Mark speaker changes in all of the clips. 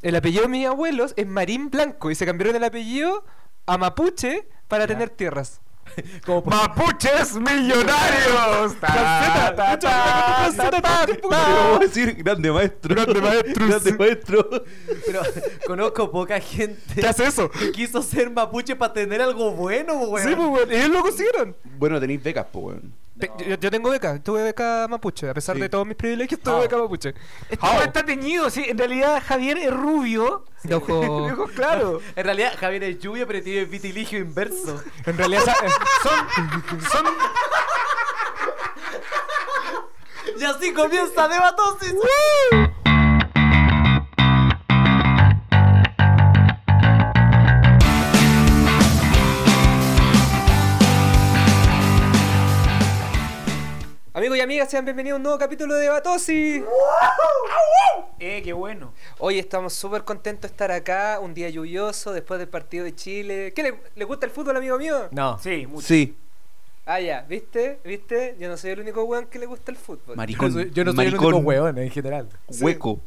Speaker 1: El apellido de mis abuelos es Marín Blanco y se cambiaron el apellido a Mapuche para tener tierras.
Speaker 2: Como por-
Speaker 3: ¡Mapuches millonarios!
Speaker 1: Calceta,
Speaker 3: Ta, ta,
Speaker 1: mucho
Speaker 3: ta, ta, ta,
Speaker 1: calceta, ta, ta,
Speaker 3: ta.
Speaker 1: ta.
Speaker 2: Pero vamos a decir, grande maestro.
Speaker 3: Grande maestro.
Speaker 2: Grande maestro.
Speaker 4: Pero conozco poca gente
Speaker 1: ¿Qué hace eso?
Speaker 4: que quiso ser mapuche para tener algo bueno, weón.
Speaker 1: Sí, pues, weón, ellos lo consiguieron.
Speaker 2: Bueno, tenéis becas, po, weón.
Speaker 1: Te- Yo, yo tengo beca, tuve beca mapuche, a pesar
Speaker 2: Sí.
Speaker 1: de todos mis privilegios, tuve
Speaker 4: Ah.
Speaker 1: beca mapuche.
Speaker 3: Este weón está teñido, sí. En realidad, Javier es rubio.
Speaker 1: De ojo-
Speaker 3: Dijo, claro.
Speaker 4: En realidad, Javier es lluvia, pero tiene vitiligio inverso.
Speaker 1: En realidad, sa- eh,
Speaker 3: Son. Son.
Speaker 4: y así comienza Debatosis.
Speaker 1: amigos y amigas, sean bienvenidos a un nuevo capítulo de Batosi.
Speaker 4: eh, qué bueno.
Speaker 1: Hoy estamos súper contentos de estar acá, un día lluvioso, después del partido de Chile. ¿Qué le, le gusta el fútbol, amigo mío?
Speaker 4: No.
Speaker 3: Sí, mucho.
Speaker 2: Sí.
Speaker 1: Ah, ya, ¿viste? ¿Viste? Yo no soy el único weón que le gusta el fútbol.
Speaker 2: Maricón.
Speaker 4: Yo, soy- yo no soy
Speaker 2: maricón,
Speaker 4: el único weón en general.
Speaker 2: Hueco.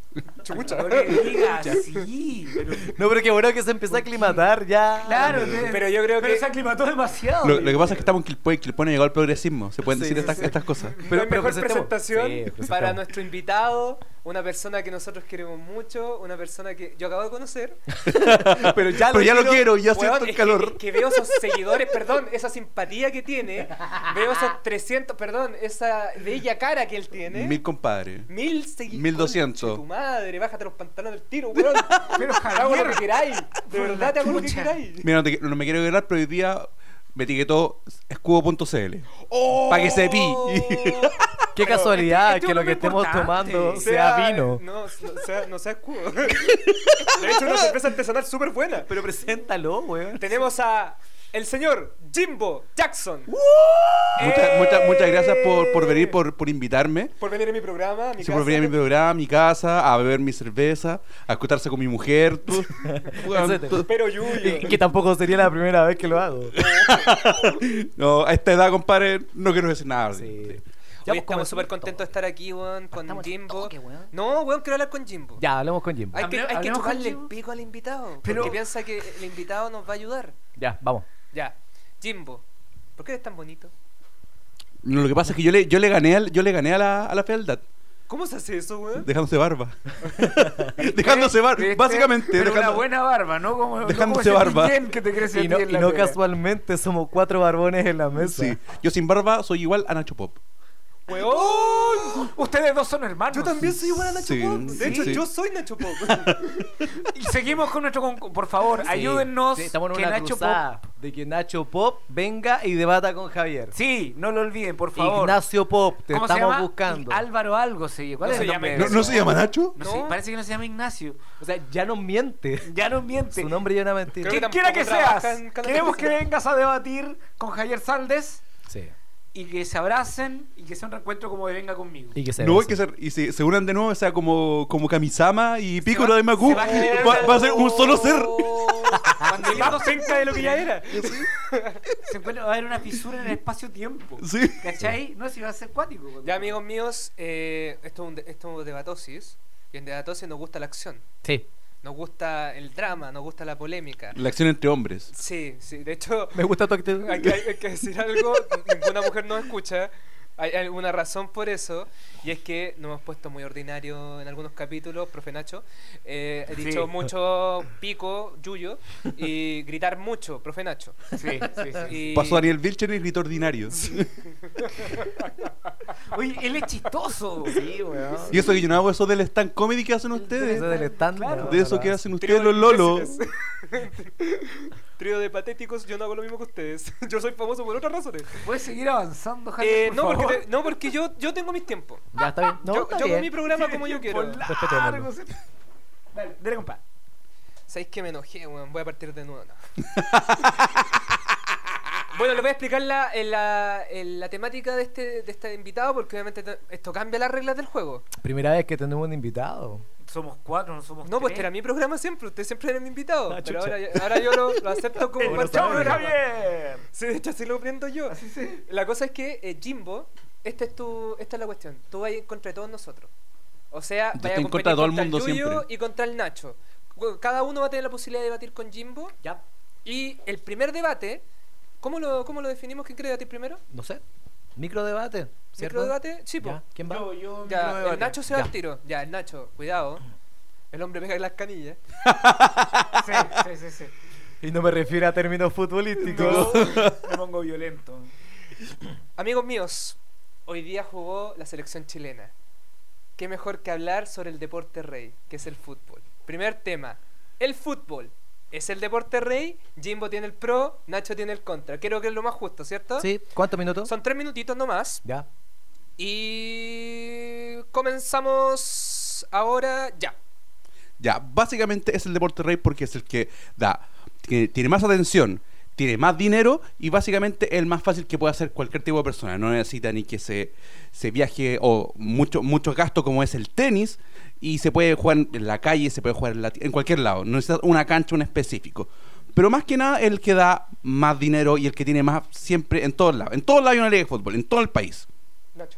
Speaker 1: Chucha.
Speaker 3: No le digas, sí. Pero,
Speaker 4: No, pero qué bueno que se empieza a aclimatar ya.
Speaker 3: claro, te-
Speaker 1: Pero yo creo
Speaker 3: pero
Speaker 1: que-
Speaker 3: se aclimató demasiado.
Speaker 2: Lo, lo que pasa es que estamos en Quilpue y Quilpue no llegó al progresismo. Se pueden
Speaker 4: Sí,
Speaker 2: decir
Speaker 4: sí,
Speaker 2: estas,
Speaker 4: sí.
Speaker 2: estas cosas.
Speaker 1: Pero,
Speaker 4: Pero-
Speaker 1: la
Speaker 4: pero
Speaker 1: mejor
Speaker 4: presentemos.
Speaker 1: presentación
Speaker 4: Sí,
Speaker 2: pues,
Speaker 4: presentemos.
Speaker 1: para nuestro invitado, una persona que nosotros queremos mucho, una persona que yo acabo de conocer.
Speaker 4: Pero ya
Speaker 2: Pero ya lo quiero, ya
Speaker 1: Weón,
Speaker 2: siento el
Speaker 1: es Que,
Speaker 2: calor.
Speaker 1: es que veo esos seguidores, perdón, esa simpatía que tiene, veo esos 300, perdón, esa bella cara que él tiene.
Speaker 2: Mil compadres.
Speaker 1: Mil seguidores.
Speaker 2: 1200.
Speaker 1: Tu madre, bájate los pantalones del tiro, weón.
Speaker 3: Pero
Speaker 1: Te hago lo
Speaker 3: Javier.
Speaker 1: que queráis. De
Speaker 3: Por
Speaker 1: verdad
Speaker 3: la
Speaker 1: te hago lo que
Speaker 3: chucha.
Speaker 1: queráis.
Speaker 2: Mira, no, te- no me quiero quedar, pero hoy día me etiquetó escudo.cl.
Speaker 1: Oh,
Speaker 2: Pa' que se pi.
Speaker 4: Qué
Speaker 1: Pero
Speaker 4: casualidad
Speaker 3: este- este
Speaker 4: que
Speaker 3: es
Speaker 4: lo
Speaker 3: un
Speaker 4: que estemos
Speaker 3: hombre importante.
Speaker 4: tomando sea vino.
Speaker 1: No, no sea, no sea escudo. De hecho, una cerveza artesanal súper buena.
Speaker 4: Pero preséntalo, weón.
Speaker 1: Tenemos a el señor Jimbo Jackson.
Speaker 2: Muchas,
Speaker 1: ¡Eh!
Speaker 2: muchas, muchas gracias por, por venir, por, por invitarme.
Speaker 1: Por venir a mi programa, a mi
Speaker 2: Sí,
Speaker 1: casa.
Speaker 2: por venir a mi programa, a mi casa, a beber mi cerveza, a escucharse con mi mujer. tú- Weón,
Speaker 4: Etcétera.
Speaker 2: tú-
Speaker 1: Pero Yuyo.
Speaker 4: Y Eh, que tampoco sería la primera vez que lo hago.
Speaker 2: no, a esta edad, compadre, no quiero decir nada.
Speaker 4: Sí. Ya,
Speaker 1: Hoy
Speaker 4: pues,
Speaker 1: estamos súper
Speaker 4: comencemos.
Speaker 1: contentos de estar aquí, weón, con
Speaker 4: Partamos al
Speaker 1: Jimbo.
Speaker 4: toque, weón.
Speaker 1: No, weón, quiero hablar con Jimbo.
Speaker 4: Ya, hablemos con Jim.
Speaker 1: Hay que,
Speaker 3: Hable-
Speaker 1: hay que
Speaker 3: hablemos con
Speaker 1: tocarle el
Speaker 3: Jimbo.
Speaker 1: pico al invitado.
Speaker 3: Pero-
Speaker 1: Porque piensa que el invitado nos va a ayudar.
Speaker 4: Ya, vamos.
Speaker 1: Ya, Jimbo, ¿por qué eres tan bonito?
Speaker 2: No, Lo que pasa es que yo le, yo le gané, al- yo le gané a, la, a la fealdad,
Speaker 1: ¿Cómo se hace eso, weón?
Speaker 2: dejándose barba. dejándose barba,
Speaker 3: ¿Viste?
Speaker 2: básicamente.
Speaker 3: Este, Pero
Speaker 2: dejando-
Speaker 3: una buena barba, ¿no? Como, no
Speaker 2: Dejándose
Speaker 3: como ese
Speaker 2: barba.
Speaker 3: piñén que te crece
Speaker 4: Y
Speaker 3: a
Speaker 4: no,
Speaker 3: ti en
Speaker 4: y
Speaker 3: la
Speaker 4: no
Speaker 3: pera.
Speaker 4: casualmente somos cuatro barbones en la mesa.
Speaker 2: Sí. Yo sin barba soy igual a Nacho Pop.
Speaker 1: ¡Weón!
Speaker 3: Ustedes dos son hermanos.
Speaker 1: Yo también soy igual a Nacho
Speaker 2: Sí,
Speaker 1: Pop. De
Speaker 2: sí,
Speaker 1: hecho,
Speaker 2: sí.
Speaker 1: yo soy Nacho Pop.
Speaker 3: Y seguimos con nuestro concurso. Por favor,
Speaker 4: Sí.
Speaker 3: ayúdennos.
Speaker 4: Sí, estamos en
Speaker 3: que
Speaker 4: una
Speaker 3: Nacho
Speaker 4: cruzada
Speaker 3: Pop-
Speaker 4: de que Nacho Pop venga y debata con Javier.
Speaker 3: Sí, no lo olviden, por favor.
Speaker 4: Ignacio Pop, te
Speaker 3: ¿Cómo se
Speaker 4: estamos
Speaker 3: llama?
Speaker 4: buscando.
Speaker 3: Álvaro algo se llama. ¿Cuál
Speaker 1: No
Speaker 3: es
Speaker 1: se
Speaker 3: el
Speaker 1: llama
Speaker 3: nombre?
Speaker 2: ¿No, no
Speaker 3: de
Speaker 2: se
Speaker 3: eso?
Speaker 2: llama Nacho?
Speaker 3: Eh, No sé,
Speaker 1: No.
Speaker 3: parece que no se llama Ignacio.
Speaker 4: O sea, ya nos miente.
Speaker 3: Ya no miente.
Speaker 4: Su nombre ya es una mentira.
Speaker 1: Creo
Speaker 3: Quien
Speaker 1: que
Speaker 3: quiera
Speaker 1: tampoco
Speaker 3: que
Speaker 1: trabaja
Speaker 3: seas,
Speaker 1: en Canal
Speaker 3: queremos que
Speaker 1: 13.
Speaker 3: vengas a debatir con Javier Saldes
Speaker 4: Sí.
Speaker 3: y que se abracen y que sea un reencuentro como de venga conmigo.
Speaker 4: Y que se
Speaker 2: No
Speaker 4: vea
Speaker 2: hay que
Speaker 4: así.
Speaker 2: ser. Y se, se unan de nuevo, o sea, como, como Kamisama y Piccolo
Speaker 3: va-
Speaker 2: de Macu.
Speaker 3: se va a generar
Speaker 2: Va, va a ser un solo ser.
Speaker 1: Cuando
Speaker 3: Y más penca de lo que ya era.
Speaker 2: Sí.
Speaker 3: Se encuentra, va a haber una fisura en el espacio-tiempo.
Speaker 2: Sí.
Speaker 3: ¿Cachai? No, si va a ser cuático.
Speaker 1: Ya, amigos míos, eh, esto, es un de- esto es un debatosis. Y en debatosis nos gusta la acción.
Speaker 4: Sí.
Speaker 1: Nos gusta el drama, nos gusta la polémica.
Speaker 2: La acción entre hombres.
Speaker 1: Sí, sí. De hecho,
Speaker 4: Me gusta tu actitud.
Speaker 1: hay que, hay que decir algo. Ninguna mujer nos escucha. Hay alguna razón por eso. Y es que nos hemos puesto muy ordinario en algunos capítulos, profe Nacho. Eh, he
Speaker 3: Sí.
Speaker 1: dicho mucho pico, yuyo. Y gritar mucho, profe Nacho.
Speaker 3: Sí, sí, sí.
Speaker 1: Y-
Speaker 2: Pasó Daniel Vilchen y gritó ordinario.
Speaker 3: Oye, él es chistoso.
Speaker 4: Sí, weón.
Speaker 2: Y eso que yo no hago, eso del stand comedy que hacen ustedes.
Speaker 4: Eso del estándar.
Speaker 3: Claro.
Speaker 2: De eso que hacen ustedes
Speaker 1: Trío
Speaker 2: los
Speaker 1: de
Speaker 2: lolos.
Speaker 1: imbéciles. Trío de patéticos, yo no hago lo mismo que ustedes. Yo soy famoso por otras razones.
Speaker 3: ¿Puedes seguir avanzando, Javier?
Speaker 1: Eh, no, porque, te- no, porque yo, yo tengo mis tiempos.
Speaker 4: Ya está bien. No,
Speaker 1: yo
Speaker 4: está
Speaker 1: yo hago mi
Speaker 4: bien.
Speaker 1: programa como yo quiero.
Speaker 4: Respetémoslo.
Speaker 3: Dale, dale, compa.
Speaker 1: ¿Sabéis que me enojé, weón? Voy a partir de nuevo. no. bueno, les voy a explicar la, en la, en la temática de este, de este invitado porque obviamente te- esto cambia las reglas del juego.
Speaker 4: Primera vez que tenemos un invitado.
Speaker 3: Somos cuatro, no somos
Speaker 1: No, pues
Speaker 3: tres.
Speaker 1: este era mi programa siempre. Ustedes siempre eran mi invitado.
Speaker 4: Ah,
Speaker 1: pero
Speaker 4: chucha.
Speaker 1: ahora, ahora yo lo, lo acepto como
Speaker 3: ¡El
Speaker 1: parte
Speaker 3: chavo
Speaker 1: del
Speaker 3: de
Speaker 1: programa.
Speaker 3: Javier!
Speaker 1: Sí, de hecho así lo prendo yo. La cosa es que eh, Jimbo, esta es tu, esta es la cuestión. Tú vas en contra de todos nosotros. O sea,
Speaker 2: Yo
Speaker 1: vas a
Speaker 2: estoy en
Speaker 1: competir
Speaker 2: contra de todo el
Speaker 1: contra
Speaker 2: mundo
Speaker 1: Yuyo
Speaker 2: siempre.
Speaker 1: y contra el Nacho. bueno, cada uno va a tener la posibilidad de debatir con Jimbo.
Speaker 5: Ya,
Speaker 1: Y el primer debate, ¿cómo lo, cómo lo definimos? ¿Quién quiere debatir primero?
Speaker 4: No sé. Microdebate. ¿cierto?
Speaker 1: ¿Microdebate? Sí, po.
Speaker 4: Ya, ¿Quién va?
Speaker 5: yo, yo
Speaker 1: Ya,
Speaker 5: microdebate.
Speaker 1: el Nacho se va
Speaker 4: Ya.
Speaker 1: al tiro. Ya, el Nacho, cuidado. El hombre pega en las canillas.
Speaker 5: Sí, sí, sí, sí.
Speaker 4: Y no me refiero a términos futbolísticos.
Speaker 5: No, me pongo violento.
Speaker 1: Amigos míos, hoy día jugó la selección chilena. Qué mejor que hablar sobre el deporte rey, que es el fútbol. Primer tema, el fútbol. ¿Es el deporte rey? Jimbo tiene el pro, Nacho tiene el contra. Creo que es lo más justo, ¿cierto?
Speaker 4: Sí, ¿cuántos minutos?
Speaker 1: Son tres minutitos nomás.
Speaker 4: Ya.
Speaker 1: Y comenzamos ahora ya.
Speaker 2: Ya, básicamente es el deporte rey porque es el que da, que tiene más atención, tiene más dinero y básicamente el más fácil que puede hacer cualquier tipo de persona. No necesita ni que se, se viaje o mucho, mucho gasto como es el tenis y se puede jugar en la calle, se puede jugar en, la ti- en cualquier lado. No necesita una cancha, un específico. Pero más que nada el que da más dinero y el que tiene más siempre en todos lados. En todos lados hay una liga de fútbol, en todo el país.
Speaker 1: Nacho.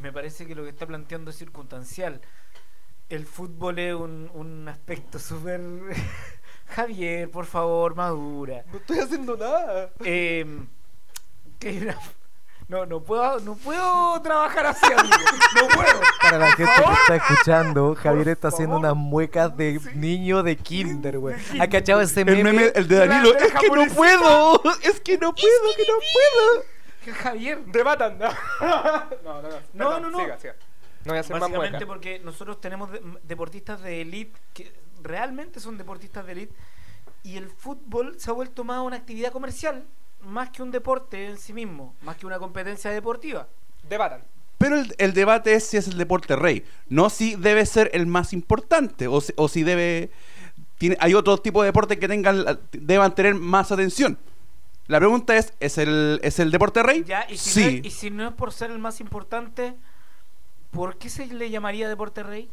Speaker 5: Me parece que lo que está planteando es circunstancial. El fútbol es un, un aspecto súper... Javier, por favor, madura.
Speaker 1: No estoy haciendo nada.
Speaker 5: Eh, que hay una- No, no puedo, no puedo trabajar así, amigo. No puedo.
Speaker 4: Para la gente que está escuchando, Javier está haciendo
Speaker 5: favor.
Speaker 4: unas muecas de niño de kinder, güey. ¿Ha cachado ese
Speaker 2: El
Speaker 4: meme?
Speaker 2: meme, el de
Speaker 5: La-
Speaker 2: Danilo,
Speaker 5: la
Speaker 2: es que no
Speaker 5: japonesita.
Speaker 2: puedo, es que no puedo, que no puedo.
Speaker 5: Javier,
Speaker 1: Rebatan. No, no, no.
Speaker 5: No,
Speaker 1: Perdón,
Speaker 5: no, no.
Speaker 1: Siga, siga. No voy a hacer más
Speaker 5: Básicamente
Speaker 1: muecas.
Speaker 5: porque nosotros tenemos de- deportistas de élite que realmente son deportistas de élite y el fútbol se ha vuelto más una actividad comercial más que un deporte en sí mismo, más que una competencia deportiva.
Speaker 1: Debatan.
Speaker 2: Pero el, el debate es si es el deporte rey, no si debe ser el más importante o si, o si debe... tiene- hay otro tipo de deporte que tengan, la- deban tener más atención. La pregunta es, ¿es el, es el deporte rey?
Speaker 5: Ya, y si, no
Speaker 2: sí.
Speaker 5: es, y si no es por ser el más importante, ¿por qué se le llamaría deporte rey?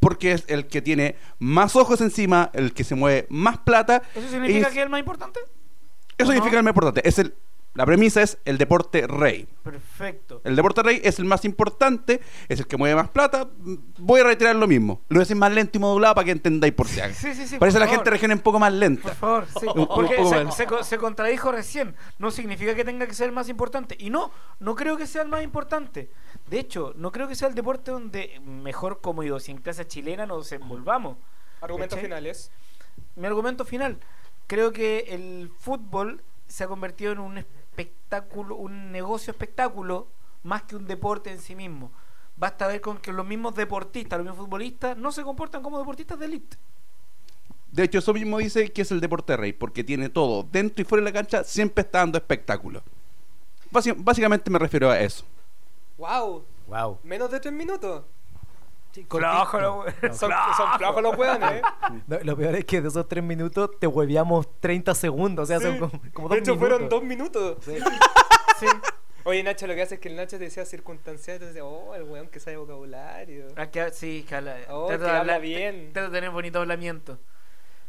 Speaker 2: Porque es el que tiene más ojos encima, el que se mueve más plata.
Speaker 5: ¿Eso significa
Speaker 2: Es-
Speaker 5: que es el más importante? ¿o
Speaker 2: Eso
Speaker 5: no?
Speaker 2: significa el más importante. Es el, la premisa es el deporte rey.
Speaker 5: Perfecto.
Speaker 2: El deporte rey es el más importante, es el que mueve más plata. Voy a retirar lo mismo. Lo voy a decir más lento y modulado para que entendáis por si acaso.
Speaker 5: Sí, sí, sí.
Speaker 2: Parece
Speaker 5: por
Speaker 2: la
Speaker 5: favor.
Speaker 2: gente de región un poco más
Speaker 5: Por
Speaker 2: lenta.
Speaker 5: favor, sí.
Speaker 2: Un- un
Speaker 5: Porque
Speaker 2: poco
Speaker 5: se,
Speaker 2: menos.
Speaker 5: se co- se contradijo recién. No significa que tenga que ser el más importante. Y no, no creo que sea el más importante. De hecho, no creo que sea el deporte donde mejor como idiosincrasia chilena nos envolvamos.
Speaker 1: Argumentos
Speaker 5: ¿Cachai?
Speaker 1: finales.
Speaker 5: Mi argumento final. Creo que el fútbol se ha convertido en un espectáculo, un negocio espectáculo, más que un deporte en sí mismo. Basta ver con que los mismos deportistas, los mismos futbolistas, no se comportan como deportistas de élite.
Speaker 2: De hecho, eso mismo dice que es el deporte rey, porque tiene todo, dentro y fuera de la cancha, siempre está dando espectáculo. Basi- básicamente me refiero a eso.
Speaker 1: Wow.
Speaker 4: Wow.
Speaker 1: Menos de tres minutos.
Speaker 5: Flojo, la wea.
Speaker 1: Son, son flojos los hueones, eh.
Speaker 4: No, lo peor es que de esos tres minutos te hueveamos 30 segundos. O sea, son
Speaker 1: Sí.
Speaker 4: como, como dos
Speaker 1: de hecho,
Speaker 4: minutos.
Speaker 1: fueron dos minutos.
Speaker 5: Sí.
Speaker 1: Oye, Nacho, lo que hace es que el Nacho te decía circunstancial, entonces, oh, el weón que sabe vocabulario.
Speaker 5: Ah, que- sí, que habla-
Speaker 1: Oh,
Speaker 5: trato
Speaker 1: que
Speaker 5: de
Speaker 1: habla
Speaker 5: hablar
Speaker 1: bien.
Speaker 5: te- Trato de tener bonito hablamiento.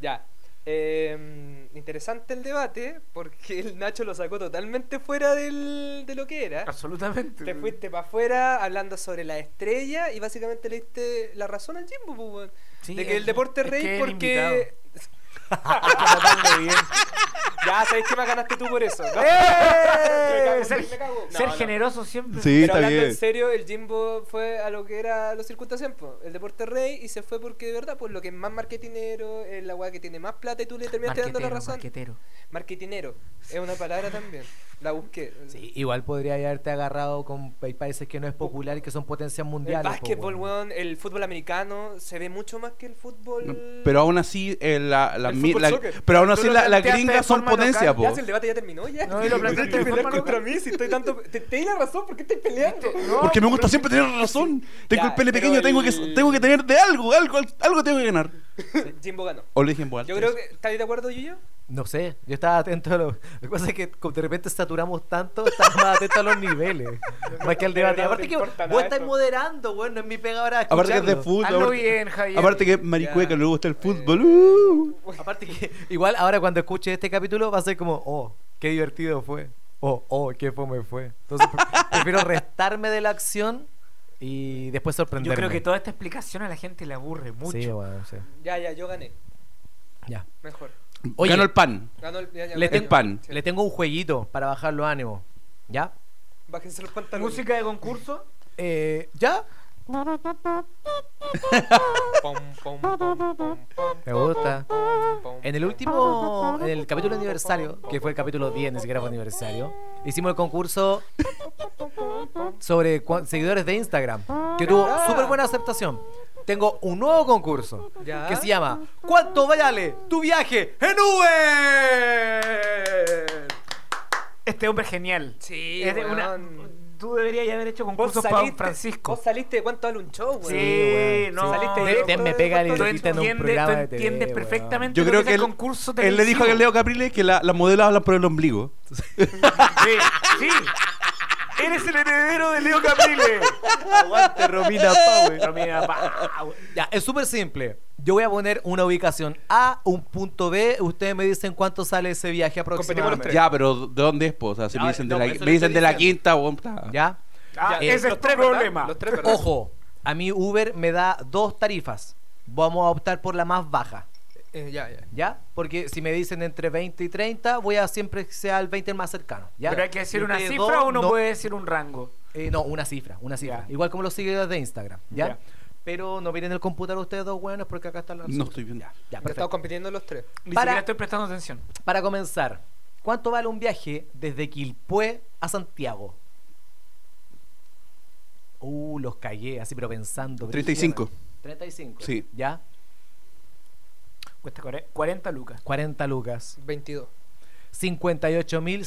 Speaker 1: Ya. Eh, interesante el debate, porque el Nacho lo sacó totalmente fuera del, de lo que era.
Speaker 5: Absolutamente.
Speaker 1: Ah, Te fuiste para afuera hablando sobre la estrella y básicamente le diste la razón al Jimbo, pues, weón.
Speaker 5: Sí,
Speaker 1: de que el
Speaker 5: es-
Speaker 1: deporte
Speaker 5: es
Speaker 1: rey
Speaker 5: que el
Speaker 1: porque... ya, ¿sabéis que más ganaste tú por eso? ¿no? Me
Speaker 4: ¡Eh!
Speaker 1: cago en ti, me
Speaker 5: Ser,
Speaker 1: cago. No,
Speaker 5: ¡Eh! ser
Speaker 1: no.
Speaker 5: generoso siempre.
Speaker 1: Pero hablando en serio, el Jimbo fue a lo que era los circunstancias, po, el deporte rey, y se fue porque de verdad, pues lo que es más marketinero, es la weá que tiene más plata y tú le terminaste dando la
Speaker 5: Marquetero,
Speaker 1: razón.
Speaker 5: marquetero.
Speaker 1: Marketinero, es una palabra también, la busqué.
Speaker 4: Sí, igual podría haberte agarrado con hay países que no es popular y que son potencias
Speaker 1: El
Speaker 4: mundiales. po,
Speaker 1: básquetbol,
Speaker 4: weón.
Speaker 1: weón, el fútbol americano se ve mucho más que el fútbol.
Speaker 2: Pero aún así, eh, la, la
Speaker 1: El
Speaker 2: mi-
Speaker 1: fútbol
Speaker 2: la-
Speaker 1: soccer.
Speaker 2: pero aún
Speaker 5: Tú
Speaker 2: así
Speaker 5: lo
Speaker 2: la- las
Speaker 5: planteaste de
Speaker 2: gringas son
Speaker 5: forma
Speaker 2: potencia,
Speaker 5: local,
Speaker 2: po.
Speaker 1: Ya, si el debate ya terminó, ya.
Speaker 5: No, y lo planteaste
Speaker 1: Tienes que
Speaker 5: de
Speaker 1: pelear
Speaker 5: forma
Speaker 1: contra
Speaker 5: loca.
Speaker 1: mí si estoy tanto. Te, te di la razón, ¿por qué estoy peleando?
Speaker 5: No,
Speaker 2: Porque me gusta
Speaker 5: pero-
Speaker 2: siempre tener razón. Tengo
Speaker 1: Ya,
Speaker 2: el pene
Speaker 1: pero
Speaker 2: pequeño, tengo, que,
Speaker 1: el-
Speaker 2: tengo que tener de algo, algo, algo tengo que ganar.
Speaker 1: Jimbo ganó.
Speaker 2: O lo dije en voz alta.
Speaker 1: Yo creo que. ¿Estáis de acuerdo, Yuyo?
Speaker 4: No sé, yo estaba atento a lo. Lo que pasa es que como de repente saturamos tanto, estamos más atentos a los niveles. más que al
Speaker 1: De
Speaker 4: debate.
Speaker 1: verdad no te
Speaker 4: Aparte que vos
Speaker 1: importa nada
Speaker 4: estás
Speaker 1: esto.
Speaker 4: moderando, weón, no es mi pega ahora.
Speaker 2: Aparte que es de
Speaker 4: escucharlo.
Speaker 2: fútbol.
Speaker 5: Hazlo
Speaker 2: aparte-
Speaker 5: bien, Javier.
Speaker 2: Aparte que es maricueca,
Speaker 1: Ya.
Speaker 2: luego está el fútbol.
Speaker 1: Eh.
Speaker 2: uh.
Speaker 4: Aparte que igual ahora cuando escuche este capítulo va a ser como, oh, qué divertido fue. Oh, oh, qué fome fue. Entonces pre- prefiero restarme de la acción Y después
Speaker 5: Yo
Speaker 4: sorprenderme.
Speaker 5: creo que toda esta explicación a la gente le aburre mucho.
Speaker 4: Sí, bueno, sí.
Speaker 1: Ya, ya, yo gané.
Speaker 4: Ya.
Speaker 1: Mejor.
Speaker 4: Oye,
Speaker 2: Ganó el pan.
Speaker 1: Ganó el, ya, ya,
Speaker 4: Le
Speaker 1: ganó.
Speaker 4: tengo-
Speaker 2: pan.
Speaker 1: Sí.
Speaker 4: le tengo un jueguito para bajar los ánimos. ¿Ya?
Speaker 1: Bájense los pantalones.
Speaker 5: Música de concurso.
Speaker 4: Eh, ¿Ya?
Speaker 1: Pom, pom, pom, pom, pom, pom,
Speaker 4: Me gusta.
Speaker 1: pom.
Speaker 4: En el último, en el capítulo aniversario, que fue el capítulo 10, ni siquiera fue aniversario, hicimos el concurso sobre cua- seguidores de Instagram, que tuvo súper buena aceptación. Tengo un nuevo concurso
Speaker 1: Ya.
Speaker 4: que se llama ¿Cuánto vale tu viaje en Uber?
Speaker 5: Este hombre es genial.
Speaker 1: Sí,
Speaker 5: Es de una-
Speaker 1: weón.
Speaker 5: Tú deberías haber hecho
Speaker 1: Vos
Speaker 5: concursos para
Speaker 1: saliste,
Speaker 5: un Francisco.
Speaker 1: Vos saliste de cuánto vale un show, weón.
Speaker 5: sí,
Speaker 4: weón,
Speaker 5: no.
Speaker 1: sí. Saliste
Speaker 4: Te- te me pega el
Speaker 5: Tú
Speaker 4: eletita en un
Speaker 5: entiendes,
Speaker 4: programa
Speaker 5: tú
Speaker 4: de TV,
Speaker 5: entiendes
Speaker 4: weón.
Speaker 5: perfectamente
Speaker 2: Yo
Speaker 5: lo
Speaker 2: creo
Speaker 5: es
Speaker 2: que
Speaker 5: el
Speaker 2: él,
Speaker 5: concurso
Speaker 2: él le dijo a
Speaker 5: televisivo.
Speaker 2: Leo Capriles que la- las modelos hablan por el ombligo.
Speaker 5: Sí, sí. Eres el heredero de Leo Caprile. Aguante, Romina Power.
Speaker 2: eh.
Speaker 5: Romina Power.
Speaker 4: Ya, es súper simple. Yo voy a poner una ubicación A, un punto B. Ustedes me dicen cuánto sale ese viaje aproximadamente.
Speaker 2: Ya, pero ¿de dónde es? po? O sea, si
Speaker 6: Ah,
Speaker 2: me dicen
Speaker 6: no,
Speaker 2: de la,
Speaker 6: eso
Speaker 2: me
Speaker 6: le
Speaker 2: dicen
Speaker 6: estoy
Speaker 2: de la
Speaker 6: diciendo.
Speaker 2: quinta, weón, puta.
Speaker 4: ¿Ya.
Speaker 5: Ah,
Speaker 4: Eh,
Speaker 5: ese es tu problema.
Speaker 1: Los tres, ¿verdad?
Speaker 4: Ojo, a mí Uber me da dos tarifas. Vamos a optar por la más baja,
Speaker 1: Eh, ya, ya.
Speaker 4: ¿ya? Porque si me dicen entre 20 y 30, voy a siempre que sea el 20 el más cercano, ¿ya?
Speaker 5: Pero hay que decir
Speaker 4: Y
Speaker 5: una
Speaker 4: ustedes
Speaker 5: cifra
Speaker 4: dos
Speaker 5: o uno
Speaker 4: no-
Speaker 5: puede decir un rango.
Speaker 4: eh, no, una cifra, una cifra.
Speaker 5: Ya.
Speaker 4: Igual como los seguidores de Instagram, ¿ya?
Speaker 5: Ya.
Speaker 4: Pero no miren el computador ustedes dos buenos porque acá están las...
Speaker 2: No estoy viendo.
Speaker 4: Ya,
Speaker 1: Estamos
Speaker 4: perfecto.
Speaker 1: compitiendo los tres.
Speaker 5: Ni
Speaker 4: Para-
Speaker 5: siquiera estoy prestando atención.
Speaker 4: Para comenzar, ¿cuánto vale un viaje desde Quilpué a Santiago? Uh, los cagué, así pero pensando.
Speaker 2: 35.
Speaker 4: 35.
Speaker 2: Sí.
Speaker 4: ¿Ya?
Speaker 5: Cuesta cuare- 40 lucas.
Speaker 4: 40 lucas.
Speaker 1: 22.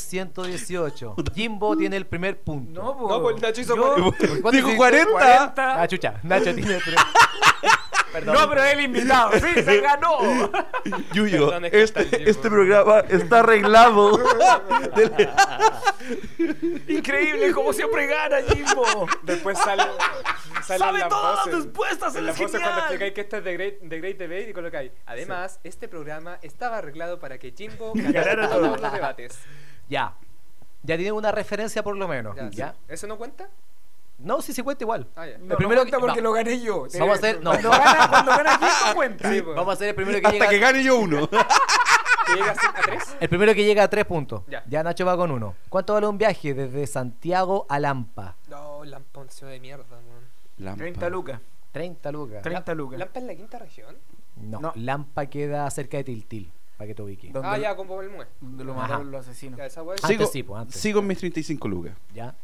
Speaker 4: 58.118. Jimbo tiene el primer punto.
Speaker 5: No, po.
Speaker 1: No, pues el Nacho hizo
Speaker 5: Yo-
Speaker 4: ¿Cuánto
Speaker 2: Dijo
Speaker 4: hiciste?
Speaker 2: 40.
Speaker 4: Ah, chucha. Nacho tiene el primer Perdón.
Speaker 5: No, pero él invitado. Sí, se ganó.
Speaker 2: Yuyo, este,
Speaker 1: Perdón, es que está el Jimbo.
Speaker 2: programa está arreglado. Del-
Speaker 5: Increíble, como siempre gana Jimbo.
Speaker 1: Después sale, salen
Speaker 5: Sabe
Speaker 1: las
Speaker 5: todas
Speaker 1: voces.
Speaker 5: las respuestas.
Speaker 1: En
Speaker 5: Él
Speaker 1: las
Speaker 5: es
Speaker 1: voces cuando
Speaker 5: genial.
Speaker 1: explicáis que esto es de Great, de Great Debate y colocáis. Además, este programa estaba arreglado para que Jimbo ganara todos los debates.
Speaker 4: Ya. Ya tiene una referencia por lo menos.
Speaker 1: Ya,
Speaker 4: Ya.
Speaker 1: sí. ¿Eso no cuenta?
Speaker 4: No, sí, sí cuenta igual.
Speaker 1: Ah, ya.
Speaker 5: No,
Speaker 4: primero
Speaker 5: no cuenta
Speaker 4: que-
Speaker 5: porque
Speaker 4: no.
Speaker 5: lo gané yo.
Speaker 4: Vamos a hacer- no.
Speaker 5: Cuando gana, cuando gana Jimbo cuenta.
Speaker 1: Sí, pues.
Speaker 4: Vamos a ser el primero que llega.
Speaker 2: Hasta que gane yo uno.
Speaker 1: ¿Que llega a cin- a tres?
Speaker 4: El primero que llega a tres puntos.
Speaker 1: Ya.
Speaker 4: Ya. Nacho va con uno. ¿Cuánto vale un viaje desde Santiago a Lampa?
Speaker 1: No, Lampa, una ciudad de mierda, man.
Speaker 2: Lampa.
Speaker 5: 30 lucas.
Speaker 4: 30 lucas.
Speaker 5: 30 lucas.
Speaker 1: ¿Lampa es la quinta región?
Speaker 4: No,
Speaker 5: No.
Speaker 4: Lampa queda cerca de Tiltil, para que te ubiques.
Speaker 5: ¿Dónde,
Speaker 1: Ah, ya, con Bob el Mue.
Speaker 5: dónde lo
Speaker 4: Ajá.
Speaker 5: mataron los asesinos?
Speaker 1: Ya, esa weá.
Speaker 4: Ah,
Speaker 2: Sigo,
Speaker 4: Antes sí, pues, antes.
Speaker 2: sigo en mis 35 lucas.
Speaker 4: ¿Ya?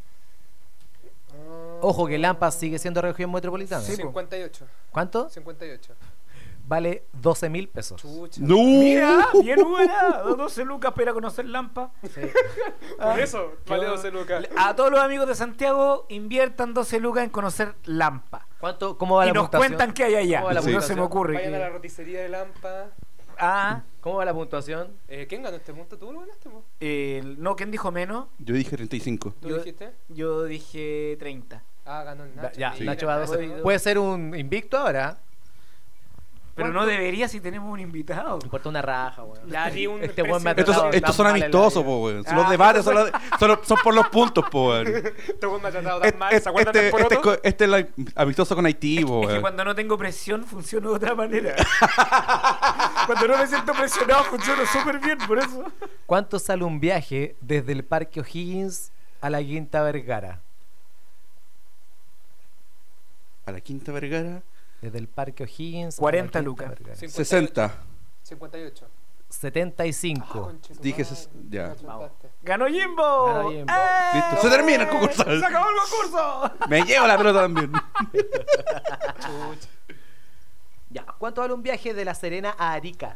Speaker 1: Ah.
Speaker 4: Ojo que Lampa sigue siendo región metropolitana.
Speaker 5: Sí, po.
Speaker 1: 58.
Speaker 4: ¿Cuánto?
Speaker 1: 58.
Speaker 4: Vale 12 mil pesos.
Speaker 1: Chucha.
Speaker 2: No.
Speaker 5: Mira, bien buena. 12 lucas para ir a conocer Lampa.
Speaker 1: Por eso, vale 12 lucas.
Speaker 5: A todos los amigos de Santiago, inviertan 12 lucas en conocer Lampa.
Speaker 4: ¿Cuánto? ¿Cómo va
Speaker 5: y
Speaker 4: la
Speaker 5: nos
Speaker 4: puntuación?
Speaker 5: cuentan qué hay allá.
Speaker 4: ¿Cómo va la
Speaker 5: No se
Speaker 4: puntuación?
Speaker 5: me ocurre.
Speaker 1: Vayan a la
Speaker 5: que-
Speaker 1: roticería de Lampa.
Speaker 5: Ah,
Speaker 4: ¿Cómo va la puntuación?
Speaker 1: Eh, ¿Quién ganó este punto? ¿Tú lo ganaste, po?
Speaker 5: eh, no, ¿quién dijo menos?
Speaker 2: Yo dije 35.
Speaker 1: ¿Tú
Speaker 5: Yo-
Speaker 1: dijiste?
Speaker 5: Yo dije 30.
Speaker 1: Ah, ganó el Nacho.
Speaker 4: ya,
Speaker 1: mira,
Speaker 4: Nacho va a
Speaker 1: Nacho.
Speaker 4: 12. Puede ser un invicto ahora.
Speaker 5: Pero no debería si tenemos un invitado.
Speaker 4: Me importa una raja, weón.
Speaker 1: Ya, di un
Speaker 4: Este weón me ha
Speaker 1: presentador.
Speaker 2: Estos,
Speaker 4: tratado
Speaker 2: estos
Speaker 4: tan
Speaker 2: son
Speaker 4: mal en la
Speaker 2: amistosos,
Speaker 4: vida.
Speaker 2: po, weón. Si
Speaker 5: Ah,
Speaker 2: los debates son, la- son, son por los puntos, po, weón.
Speaker 1: Este weón me ha tratado
Speaker 2: Et-
Speaker 1: tan mal. ¿Se
Speaker 2: et-
Speaker 1: acuerdan
Speaker 2: Este
Speaker 1: del
Speaker 2: este
Speaker 1: poroto?
Speaker 2: co- este es la- amistoso con Haití, po,
Speaker 5: Es que
Speaker 2: Oh, weón.
Speaker 5: cuando no tengo presión funciona de otra manera. cuando no me siento presionado funciona súper bien, por eso.
Speaker 4: ¿Cuánto sale un viaje desde el Parque O'Higgins a la Quinta Vergara?
Speaker 2: A la quinta vergara.
Speaker 4: Desde el Parque O'Higgins. a la
Speaker 5: 40
Speaker 4: Quinta
Speaker 5: lucas.
Speaker 4: Vergara.
Speaker 2: 60.
Speaker 1: 58. Ah,
Speaker 4: 75.
Speaker 2: Dije ses- ya.
Speaker 5: ¡Ganó Jimbo!
Speaker 4: Ganó Jimbo.
Speaker 5: ¡Eh!
Speaker 2: Listo. Se termina el concurso.
Speaker 5: ¡Se acabó el concurso!
Speaker 2: Me llevo la pelota también.
Speaker 4: ya. ¿Cuánto vale un viaje de La Serena a Arica?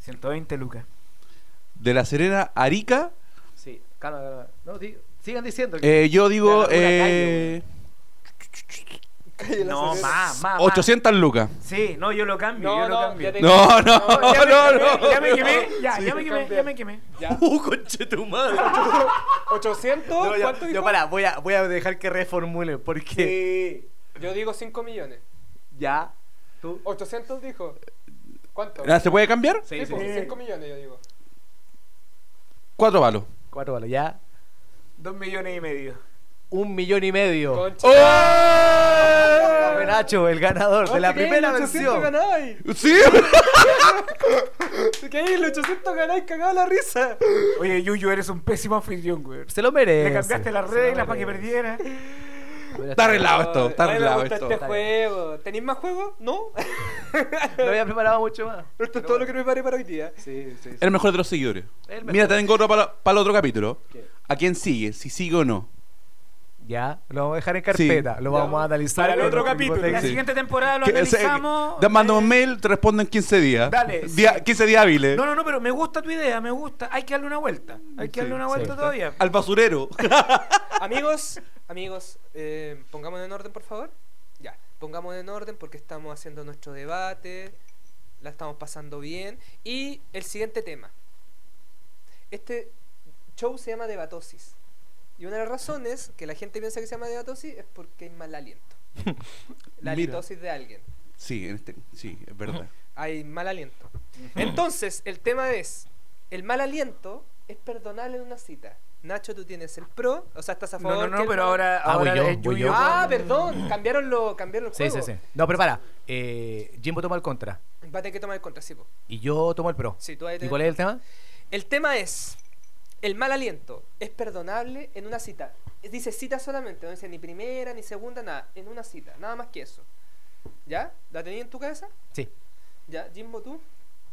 Speaker 5: 120 lucas.
Speaker 2: De la Serena a Arica.
Speaker 4: Sí, calma, calma. No, di- sigan diciendo. que-
Speaker 2: eh, yo digo.
Speaker 4: Ya, la- una calle,
Speaker 2: Eh,
Speaker 5: No, más, más.
Speaker 2: 800 lucas.
Speaker 5: Sí, no, yo lo cambio,
Speaker 1: No,
Speaker 5: yo lo
Speaker 1: no, ya
Speaker 5: cambio.
Speaker 1: te
Speaker 2: No, no,
Speaker 1: ya
Speaker 2: no,
Speaker 1: me- ya
Speaker 2: no.
Speaker 5: Ya me quemé, ya,
Speaker 1: Sí,
Speaker 5: ya me quemé,
Speaker 1: cambia.
Speaker 5: ya me quemé.
Speaker 1: Ya.
Speaker 2: Uh, conche tu madre.
Speaker 1: 800,
Speaker 4: No, ya,
Speaker 1: ¿cuánto
Speaker 4: yo,
Speaker 1: dijo?
Speaker 4: para, voy a, voy a dejar que reformule porque
Speaker 5: Sí.
Speaker 1: Yo digo 5 millones.
Speaker 4: ya. Tú.
Speaker 1: 800 dijo. ¿Cuánto?
Speaker 2: ¿Se puede cambiar?
Speaker 1: Sí,
Speaker 4: sí,
Speaker 1: po,
Speaker 5: sí.
Speaker 1: 5 millones yo digo.
Speaker 2: Cuatro palos.
Speaker 4: Cuatro balas, ya.
Speaker 5: Dos millones y medio.
Speaker 4: un millón y medio.
Speaker 1: Concha.
Speaker 2: ¡Oh!
Speaker 4: Fue Nacho, el ganador de la
Speaker 1: ¿Te crees?
Speaker 4: primera
Speaker 1: El 800
Speaker 4: versión.
Speaker 1: ganáis.
Speaker 2: ¡Sí!
Speaker 1: ¿Te crees? El 800 ganáis, cagado la risa.
Speaker 5: Oye, Yuyu, eres un pésimo anfitrión, güey.
Speaker 2: Eh,
Speaker 4: Se lo merece.
Speaker 5: Le cambiaste las
Speaker 4: Se lo
Speaker 5: reglas para que
Speaker 4: merece.
Speaker 5: perdiera.
Speaker 2: Está arreglado esto, está
Speaker 1: Ay, me
Speaker 2: arreglado
Speaker 1: gusta
Speaker 2: esto.
Speaker 1: este juego. ¿Tenéis más juegos? No.
Speaker 4: No había preparado mucho más.
Speaker 1: Esto es todo lo que me paré para hoy día. Sí, sí.
Speaker 2: El mejor de los seguidores.
Speaker 4: El mejor.
Speaker 2: Mira, tengo otro para, para el otro capítulo.
Speaker 1: ¿Qué?
Speaker 2: ¿A quién sigue? Si sigue o no.
Speaker 4: Ya, lo vamos a dejar en carpeta. Lo vamos a analizar.
Speaker 1: Para el
Speaker 4: en
Speaker 1: otro
Speaker 4: los
Speaker 1: capítulo.
Speaker 4: próximos
Speaker 5: La
Speaker 2: Sí.
Speaker 4: textos.
Speaker 5: siguiente temporada lo
Speaker 2: Que- ese-
Speaker 5: analizamos.
Speaker 2: da- manda
Speaker 5: eh,
Speaker 2: un mail, te respondo en 15 días.
Speaker 5: Dale,
Speaker 2: Día-
Speaker 5: sí.
Speaker 2: 15 días hábiles.
Speaker 5: No, no, no, pero me gusta tu idea, me gusta. Hay que darle una vuelta. Hay que darle una vuelta
Speaker 4: sí.
Speaker 5: todavía.
Speaker 2: Al basurero.
Speaker 1: Amigos, amigos, eh, pongamos en orden, por favor. Ya, pongamos en orden porque estamos haciendo nuestro debate, la estamos pasando bien. Y el siguiente tema. Este show se llama Debatosis. Y una de las razones que la gente piensa que se llama debatosis es porque hay mal aliento. La
Speaker 2: Mira.
Speaker 1: halitosis de alguien.
Speaker 2: sí, en este- sí, es verdad.
Speaker 1: Hay mal aliento. Entonces, el tema es, el mal aliento es perdonable en una cita. Nacho, tú tienes el pro, o sea, estás a favor.
Speaker 5: No, no,
Speaker 1: que
Speaker 5: no,
Speaker 1: el
Speaker 5: pero
Speaker 1: pro-
Speaker 5: ahora,
Speaker 4: Ah, voy
Speaker 5: ahora
Speaker 4: yo,
Speaker 5: es
Speaker 4: voy yo.
Speaker 5: Yuyu con-
Speaker 1: Ah, perdón, cambiaron lo, cambiaron el
Speaker 4: Sí,
Speaker 1: juego.
Speaker 4: sí, sí. No, prepara. Eh, Jimbo toma el contra.
Speaker 1: Va a tener que tomar el contra, sí, po.
Speaker 4: Y yo tomo el pro.
Speaker 1: Sí, tú vas a
Speaker 4: ¿Y
Speaker 1: tener-
Speaker 4: cuál es el tema?
Speaker 1: El tema es, el mal aliento es perdonable en una cita. Dice cita solamente, no dice ni primera, ni segunda, nada. En una cita, nada más que eso. ¿Ya? ¿La tenías en tu cabeza?
Speaker 4: Sí.
Speaker 1: ¿Ya? Jimbo, tú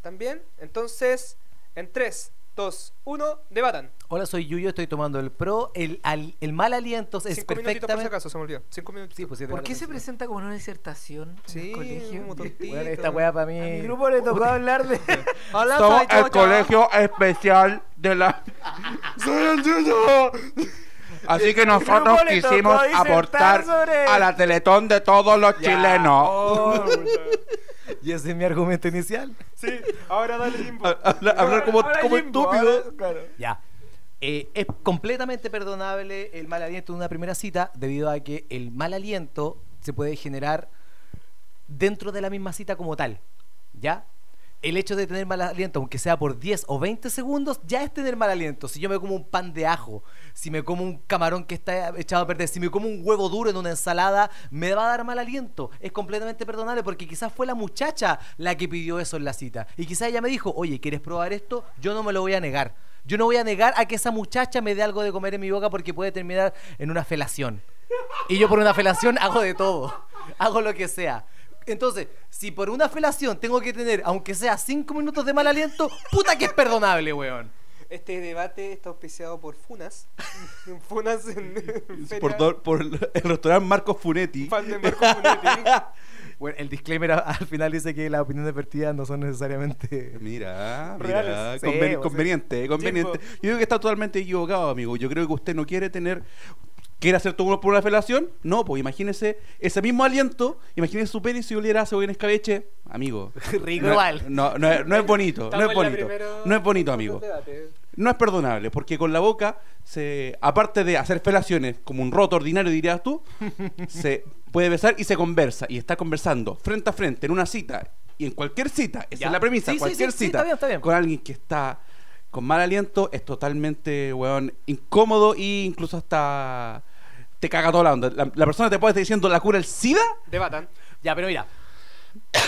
Speaker 1: también. Entonces, en 3, 2, 1, debatan.
Speaker 4: Hola, soy Yuyo, estoy tomando el pro. El, al- el mal aliento es
Speaker 1: Cinco minutitos por si
Speaker 4: perfectamente.
Speaker 1: acaso, se me olvidó. Cinco minutitos.
Speaker 4: Sí, pues, sí,
Speaker 5: ¿Por
Speaker 4: de
Speaker 5: qué se
Speaker 4: verdad.
Speaker 5: presenta como una disertación en
Speaker 1: Sí,
Speaker 5: el colegio?
Speaker 1: como tontito.
Speaker 4: Bueno, esta weá para mí.
Speaker 5: A mi grupo le tocó hablar de.
Speaker 1: Hola,
Speaker 2: Somos
Speaker 1: soy yo,
Speaker 2: el
Speaker 1: yo.
Speaker 2: colegio especial de la. ¡Soy el Yuyo! Así que nosotros
Speaker 5: grupo le tocó
Speaker 2: quisimos
Speaker 5: disertar
Speaker 2: aportar
Speaker 5: sobre- Oh,
Speaker 2: a la Teletón de todos los chilenos.
Speaker 4: Y ese es mi argumento inicial.
Speaker 1: Sí, ahora dale tiempo.
Speaker 2: Ha- habla- hablar como,
Speaker 5: Ahora
Speaker 2: como
Speaker 5: Jimbo,
Speaker 2: estúpido.
Speaker 5: ahora- claro.
Speaker 4: Ya. Eh, es completamente perdonable el mal aliento en una primera cita debido a que el mal aliento se puede generar dentro de la misma cita como tal. ¿Ya? El hecho de tener mal aliento, aunque sea por 10 o 20 segundos, ya es tener mal aliento. Si yo me como un pan de ajo, si me como un camarón que está echado a perder, si me como un huevo duro en una ensalada, me va a dar mal aliento. Es completamente perdonable porque quizás fue la muchacha la que pidió eso en la cita. Y quizás ella me dijo, oye, ¿quieres probar esto? Yo no me lo voy a negar. Yo no voy a negar a que esa muchacha me dé algo de comer en mi boca porque puede terminar en una felación. Y yo por una felación hago de todo. Hago lo que sea. Entonces, si por una felación tengo que tener, aunque sea cinco minutos de mal aliento, puta que es perdonable, weón.
Speaker 1: Este debate está auspiciado por Funas. Funas en. en
Speaker 2: Por,
Speaker 1: feria.
Speaker 2: do- por el el restaurante Marcos Funetti.
Speaker 1: Fan de Marco Funetti.
Speaker 4: Bueno, el disclaimer a- al final dice que las opiniones vertidas no son necesariamente...
Speaker 2: Mira, mira,
Speaker 4: Reales.
Speaker 2: conveni-
Speaker 4: Sí, pues. vos
Speaker 2: conveniente, conveniente.
Speaker 1: Jimbo.
Speaker 2: Yo creo que está totalmente equivocado, amigo. Yo creo que usted no quiere tener, quiere hacer todo por una felación. No, pues imagínese ese mismo aliento, imagínese su pene si oliera a cebolla en escabeche, amigo.
Speaker 4: Rico
Speaker 2: no,
Speaker 4: igual.
Speaker 2: No, no, es- no es bonito, no
Speaker 1: Estamos
Speaker 2: es
Speaker 1: en la
Speaker 2: bonito,
Speaker 1: primera-
Speaker 2: no es bonito, amigo.
Speaker 1: Debate.
Speaker 2: No es perdonable, porque con la boca, se, aparte de hacer felaciones como un roto ordinario, dirías tú, se puede besar y se conversa. Y está conversando frente a frente en una cita. Y en cualquier cita, esa
Speaker 4: Ya.
Speaker 2: es la premisa,
Speaker 4: Sí, sí,
Speaker 2: cualquier
Speaker 4: sí, sí,
Speaker 2: cita,
Speaker 4: está bien, está bien.
Speaker 2: con alguien que está con mal aliento, es totalmente, weón, incómodo e incluso hasta te caga toda la onda. La, la persona te puede estar diciendo la cura el SIDA.
Speaker 1: Debatan.
Speaker 4: Ya, pero mira.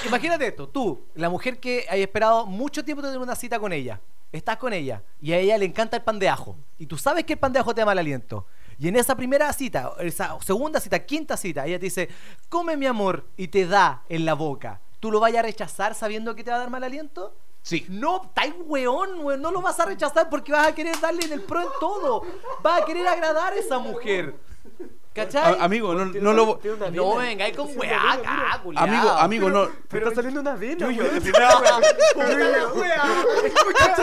Speaker 4: Imagínate esto, tú, la mujer que hay esperado mucho tiempo tener una cita con ella. Estás con ella y a ella le encanta el pan de ajo. Y tú sabes que el pan de ajo te da mal aliento. Y en esa primera cita, esa segunda cita, quinta cita, ella te dice, come mi amor y te da en la boca. ¿Tú lo vayas a rechazar sabiendo que te va a dar mal aliento?
Speaker 2: Sí.
Speaker 4: No, estáis weón, weón, no lo vas a rechazar porque vas a querer darle en el pro en todo. Vas a querer agradar a esa mujer. ¿Cachai?
Speaker 2: A- amigo, no, no lo...
Speaker 4: No vengáis con weá acá, culiao.
Speaker 2: Amigo, amigo, no...
Speaker 1: Te está saliendo una vena.
Speaker 5: Escuchaste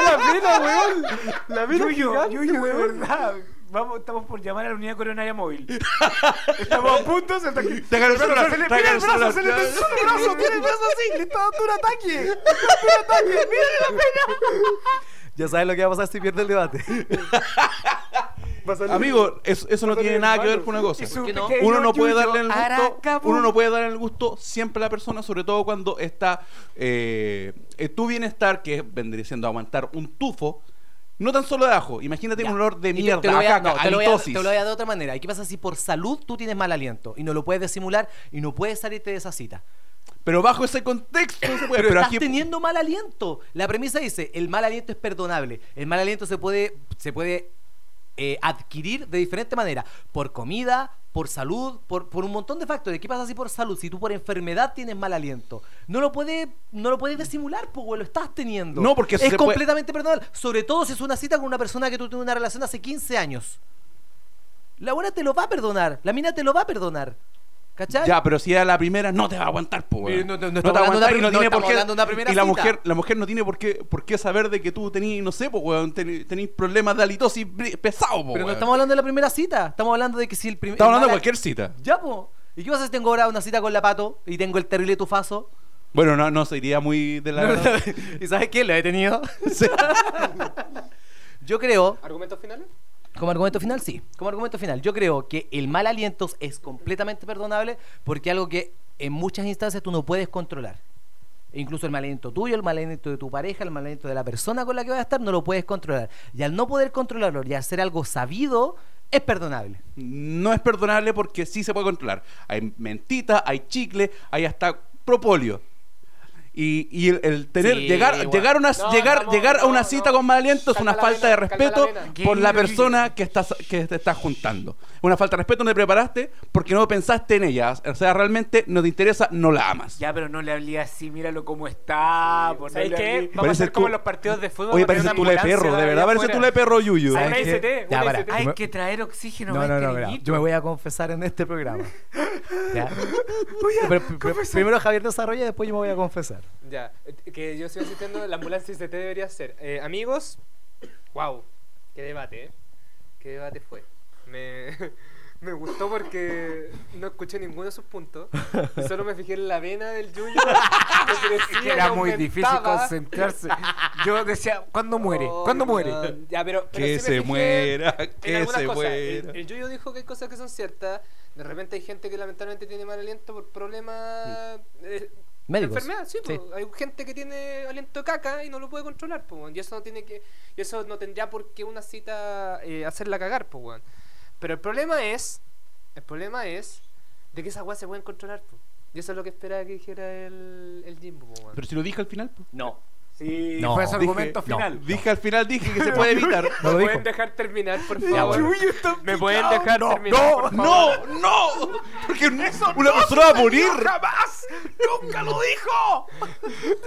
Speaker 5: la pena, weón.
Speaker 1: La
Speaker 5: Yuyo, Yuyo, de verdad. Vamos, estamos por llamar a la unidad coronaria móvil. Estamos a punto, se está aquí.
Speaker 2: Te agarró el
Speaker 5: Pero
Speaker 2: celular,
Speaker 5: se le
Speaker 2: te
Speaker 5: pega el
Speaker 2: agarró
Speaker 5: brazo,
Speaker 2: el
Speaker 5: se le
Speaker 2: celular.
Speaker 5: tensó el brazo, tiene el brazo así, le está dando un ataque. Le está dando un ataque, mira la pena.
Speaker 4: Ya sabes lo que va a pasar si pierde el debate.
Speaker 2: Amigo, eso, eso no tiene nada que ver con una cosa.
Speaker 5: su
Speaker 4: qué no?
Speaker 5: pequeño
Speaker 2: uno no puede
Speaker 5: Yuyo
Speaker 2: darle el gusto
Speaker 5: Aracabú.
Speaker 2: uno no puede darle el gusto siempre a la persona sobre todo cuando está eh, eh, tu bienestar que vendría siendo aguantar un tufo No tan solo de ajo. Imagínate
Speaker 4: Ya.
Speaker 2: un olor de
Speaker 4: Y te-
Speaker 2: mierda,
Speaker 4: te lo voy
Speaker 2: a
Speaker 4: a-
Speaker 2: caca,
Speaker 4: no,
Speaker 2: a
Speaker 4: te lo voy a-
Speaker 2: litosis.
Speaker 4: te lo voy a dar de otra manera. ¿Y qué pasa si por salud tú tienes mal aliento y no lo puedes disimular y no puedes salirte de esa cita?
Speaker 2: Pero bajo ese contexto no se puede.
Speaker 4: Pero,
Speaker 2: Pero
Speaker 4: estás
Speaker 2: aquí
Speaker 4: teniendo mal aliento. La premisa dice, el mal aliento es perdonable. El mal aliento se puede, se puede eh, adquirir de diferente manera. Por comida, por salud, por, por un montón de factores. ¿Qué pasa si por salud? Si tú por enfermedad tienes mal aliento. No lo puedes, no lo puedes disimular, pues lo estás teniendo.
Speaker 2: No, porque
Speaker 4: es
Speaker 2: se puede-
Speaker 4: completamente perdonable. Sobre todo si es una cita con una persona que tú tienes una relación hace 15 años. La buena te lo va a perdonar. La mina te lo va a perdonar. ¿Cachai?
Speaker 2: Ya, pero si era la primera, no te va a aguantar, po, weón.
Speaker 4: Pero no- no- no
Speaker 2: te
Speaker 4: estamos
Speaker 2: va a
Speaker 4: hablando
Speaker 2: aguantar
Speaker 4: de una
Speaker 2: y no
Speaker 4: prim- no
Speaker 2: tiene
Speaker 4: estamos
Speaker 2: por qué.
Speaker 4: hablando de una primera
Speaker 2: y la
Speaker 4: cita.
Speaker 2: mujer, la mujer no tiene por qué, por qué saber de que tú tenís, no sé, po, weón, ten- tenís problemas de halitosis bri- pesado, po,
Speaker 4: Pero no
Speaker 2: weón.
Speaker 4: estamos hablando de la primera cita. Estamos hablando de que si el primer.
Speaker 2: Estamos hablando de cualquier cita.
Speaker 4: Ya, po. ¿Y qué pasa si tengo ahora una cita con la pato y tengo el terrible tufazo?
Speaker 2: Bueno, no, no sería muy de la.
Speaker 4: ¿Y sabes qué? Lo he tenido. Yo creo,
Speaker 1: ¿Argumentos finales?
Speaker 4: como argumento final, sí. Como argumento final, yo creo que el mal aliento es completamente perdonable porque es algo que en muchas instancias tú no puedes controlar. E incluso el mal aliento tuyo, el mal aliento de tu pareja, el mal aliento de la persona con la que vas a estar, no lo puedes controlar. Y al no poder controlarlo y hacer algo sabido, es perdonable.
Speaker 2: no es perdonable porque sí se puede controlar. Hay mentita, hay chicle, hay hasta propóleo. Y, y el, el tener
Speaker 4: Sí,
Speaker 2: llegar
Speaker 4: weón.
Speaker 2: llegar a una
Speaker 1: No,
Speaker 2: llegar
Speaker 1: no,
Speaker 2: llegar a una
Speaker 1: no,
Speaker 2: cita
Speaker 1: no.
Speaker 2: con mal aliento es
Speaker 1: Calma
Speaker 2: una
Speaker 1: la
Speaker 2: falta de
Speaker 1: vena, calma la
Speaker 2: respeto
Speaker 1: vena.
Speaker 2: por la
Speaker 5: Guillo,
Speaker 2: persona que estás que te estás juntando. Una falta de respeto no te preparaste porque no pensaste en ella, o sea, realmente no te interesa, no la amas.
Speaker 5: Ya, pero no le hablé así, míralo cómo está. po, no
Speaker 1: ¿Sabes
Speaker 5: le hablé.
Speaker 1: qué? Vamos a
Speaker 2: Parece
Speaker 1: hacer como
Speaker 2: tú-
Speaker 1: los partidos de fútbol. va
Speaker 2: Oye,
Speaker 1: a tener
Speaker 2: parece
Speaker 1: una
Speaker 2: tú le
Speaker 1: ambulancia
Speaker 2: perro, de verdad
Speaker 1: ahí
Speaker 2: parece tú
Speaker 1: afuera.
Speaker 2: le perro ¿eh? Yuyu.
Speaker 1: Una
Speaker 4: ¿Sabes
Speaker 1: ICT,
Speaker 4: qué?
Speaker 1: una
Speaker 4: Ya, para.
Speaker 1: ICT.
Speaker 4: Yo
Speaker 5: Hay
Speaker 4: me-
Speaker 5: que traer oxígeno.
Speaker 4: No,
Speaker 5: ven,
Speaker 4: no, no, mira,
Speaker 5: cariñito.
Speaker 4: yo me voy a confesar en este programa. ¿Ya? Pero pr- pr- primero Javier desarrolla y después yo me voy a confesar.
Speaker 1: Ya, eh, que yo estoy asistiendo, la ambulancia ICT debería ser. Eh, amigos, wow, qué debate, ¿eh? Qué debate fue. Me, me gustó porque no escuché ninguno de sus puntos. y Solo me fijé en la vena del Junior. que crecía y
Speaker 5: Era muy difícil
Speaker 1: aumentaba.
Speaker 5: concentrarse. Ah, Yo decía, ¿cuándo muere?
Speaker 1: Oh,
Speaker 5: ¿Cuándo muere?
Speaker 1: weón. Ya, pero, pero
Speaker 2: Que
Speaker 1: sí me
Speaker 2: se
Speaker 1: fijé
Speaker 2: muera,
Speaker 1: en
Speaker 2: que
Speaker 1: algunas
Speaker 2: se
Speaker 1: cosas. El,
Speaker 2: muera.
Speaker 1: el Yuyo dijo que hay cosas que son ciertas. De repente hay gente que lamentablemente tiene mal aliento por problemas eh,
Speaker 4: Médicos.
Speaker 1: Enfermedad, sí,
Speaker 4: Sí.
Speaker 1: po. Hay gente que tiene aliento de caca y no lo puede controlar, po, weón. Y eso no tiene que y eso no tendría por qué una cita eh, hacerla cagar, po, weón. Pero el problema es, el problema es de que esas weas se pueden controlar, po. Y eso es lo que esperaba que dijera el, el Jimbo, po, weón.
Speaker 2: Pero si lo dije al final,
Speaker 1: pues.
Speaker 2: po.
Speaker 4: No.
Speaker 5: Sí,
Speaker 4: No,
Speaker 5: fue su
Speaker 2: dije-
Speaker 5: argumento
Speaker 4: no.
Speaker 5: final.
Speaker 2: dije al final dije que se puede evitar.
Speaker 4: No lo
Speaker 1: ¿Me
Speaker 4: dijo.
Speaker 1: pueden dejar terminar, por
Speaker 4: Ya,
Speaker 1: favor?
Speaker 4: bueno.
Speaker 1: ¿Me pueden dejar
Speaker 5: No,
Speaker 1: terminar,
Speaker 5: no,
Speaker 1: por favor?
Speaker 2: ¡No! ¡No! Porque una persona va a morir.
Speaker 5: ¡Jamás! ¡Nunca lo dijo!